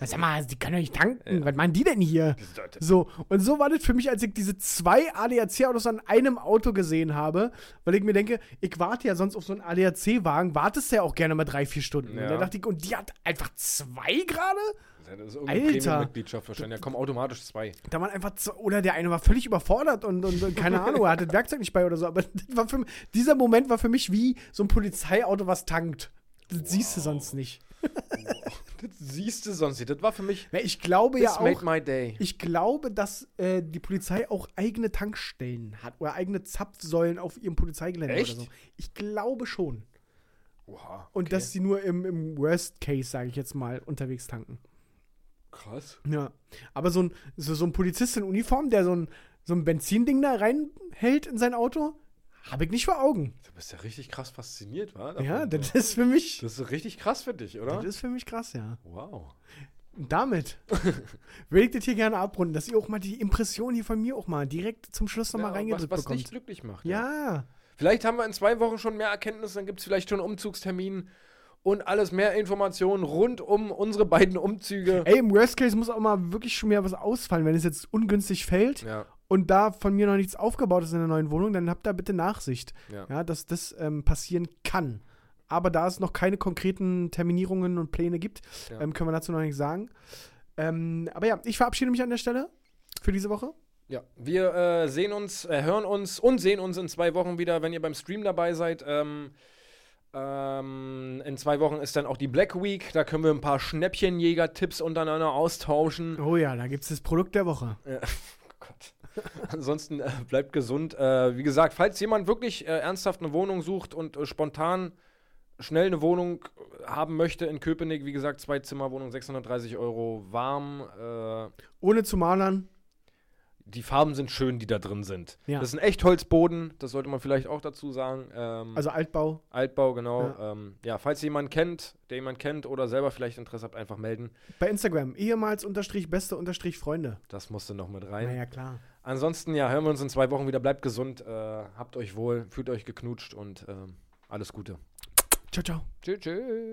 D: Sag mal, die können doch nicht tanken. Was machen die denn hier? So, und so war das für mich, als ich diese zwei ADAC-Autos an einem Auto gesehen habe, weil ich mir denke, ich warte ja sonst auf so einen ADAC-Wagen, wartest ja auch gerne mal drei, vier Stunden.
C: Ja.
D: Und da dachte ich, und die hat einfach zwei gerade?
C: Das ist irgendeine
D: Alter.
C: Premium-Mitgliedschaft wahrscheinlich. Da kommen automatisch zwei.
D: Da waren einfach zwei, oder der eine war völlig überfordert und, und, und keine Ahnung, er hatte das Werkzeug nicht bei oder so, aber das war für, mich- dieser Moment war für mich wie so ein Polizeiauto, was tankt. Das siehst du sonst nicht.
C: Das siehst du sonst nicht. Das war für mich.
D: Na, Ich glaube
C: This
D: ja auch,
C: made my day.
D: Ich glaube, dass äh, die Polizei auch eigene Tankstellen hat oder eigene Zapfsäulen auf ihrem Polizeigelände
C: Echt?
D: oder so. Ich glaube schon.
C: Wow,
D: Und dass sie nur im, im Worst Case, sage ich jetzt mal, unterwegs tanken.
C: krass.
D: Ja. Aber so ein, so, so ein Polizist in Uniform, der so ein, so ein Benzinding da reinhält in sein Auto, habe ich nicht vor Augen.
C: Du bist ja richtig krass fasziniert, wa?
D: Ja,
C: Davon.
D: das ist für mich.
C: Das ist richtig krass für dich, oder?
D: Das ist für mich krass, ja.
C: wow.
D: Und damit will ich das hier gerne abrunden, dass ihr auch mal die Impression hier von mir auch mal direkt zum Schluss nochmal
C: Ja,
D: mal reingedrückt
C: was, was dich
D: bekommt.
C: glücklich macht.
D: Ja.
C: Vielleicht haben wir in zwei Wochen schon mehr Erkenntnisse, dann gibt es vielleicht schon einen Umzugstermin und alles mehr Informationen rund um unsere beiden Umzüge.
D: Ey, im Worst Case muss auch mal wirklich schon mehr was ausfallen, wenn es jetzt ungünstig fällt
C: Ja,
D: und da von mir noch nichts aufgebaut ist in der neuen Wohnung, dann habt da bitte Nachsicht,
C: ja.
D: ja, dass das ähm, passieren kann. Aber da es noch keine konkreten Terminierungen und Pläne gibt,
C: Ja.
D: ähm, können wir dazu noch nichts sagen. Ähm, aber ja, ich verabschiede mich an der Stelle für diese Woche.
C: ja. Wir äh, sehen uns, äh, hören uns und sehen uns in zwei Wochen wieder, wenn ihr beim Stream dabei seid. Ähm, ähm, in zwei Wochen ist dann auch die Black Week. Da können wir ein paar Schnäppchenjäger-Tipps untereinander austauschen.
D: Oh ja, da gibt es das Produkt der Woche.
C: Ja. Oh Gott. Ansonsten äh, bleibt gesund. Äh, wie gesagt, falls jemand wirklich äh, ernsthaft eine Wohnung sucht und äh, spontan schnell eine Wohnung äh, haben möchte in Köpenick, wie gesagt, zwei Zimmer Wohnung, 630 Euro warm. Äh,
D: Ohne zu
C: Hm.
D: malern.
C: die Farben sind schön, die da drin sind.
D: Ja.
C: Das ist ein Echtholzboden, das sollte man vielleicht auch dazu sagen. Ähm,
D: Also Altbau.
C: Altbau, genau. Ja. Ähm, ja, falls jemand kennt, der jemand kennt oder selber vielleicht Interesse habt, einfach melden.
D: Bei Instagram. Ehemals unterstrich beste unterstrich Freunde.
C: Das musste noch mit rein.
D: Naja, klar.
C: Ansonsten, ja, hören wir uns in zwei Wochen wieder. Bleibt gesund, äh, habt euch wohl, fühlt euch geknutscht und ähm, alles Gute.
D: Ciao, ciao.
C: Tschüss, tschüss.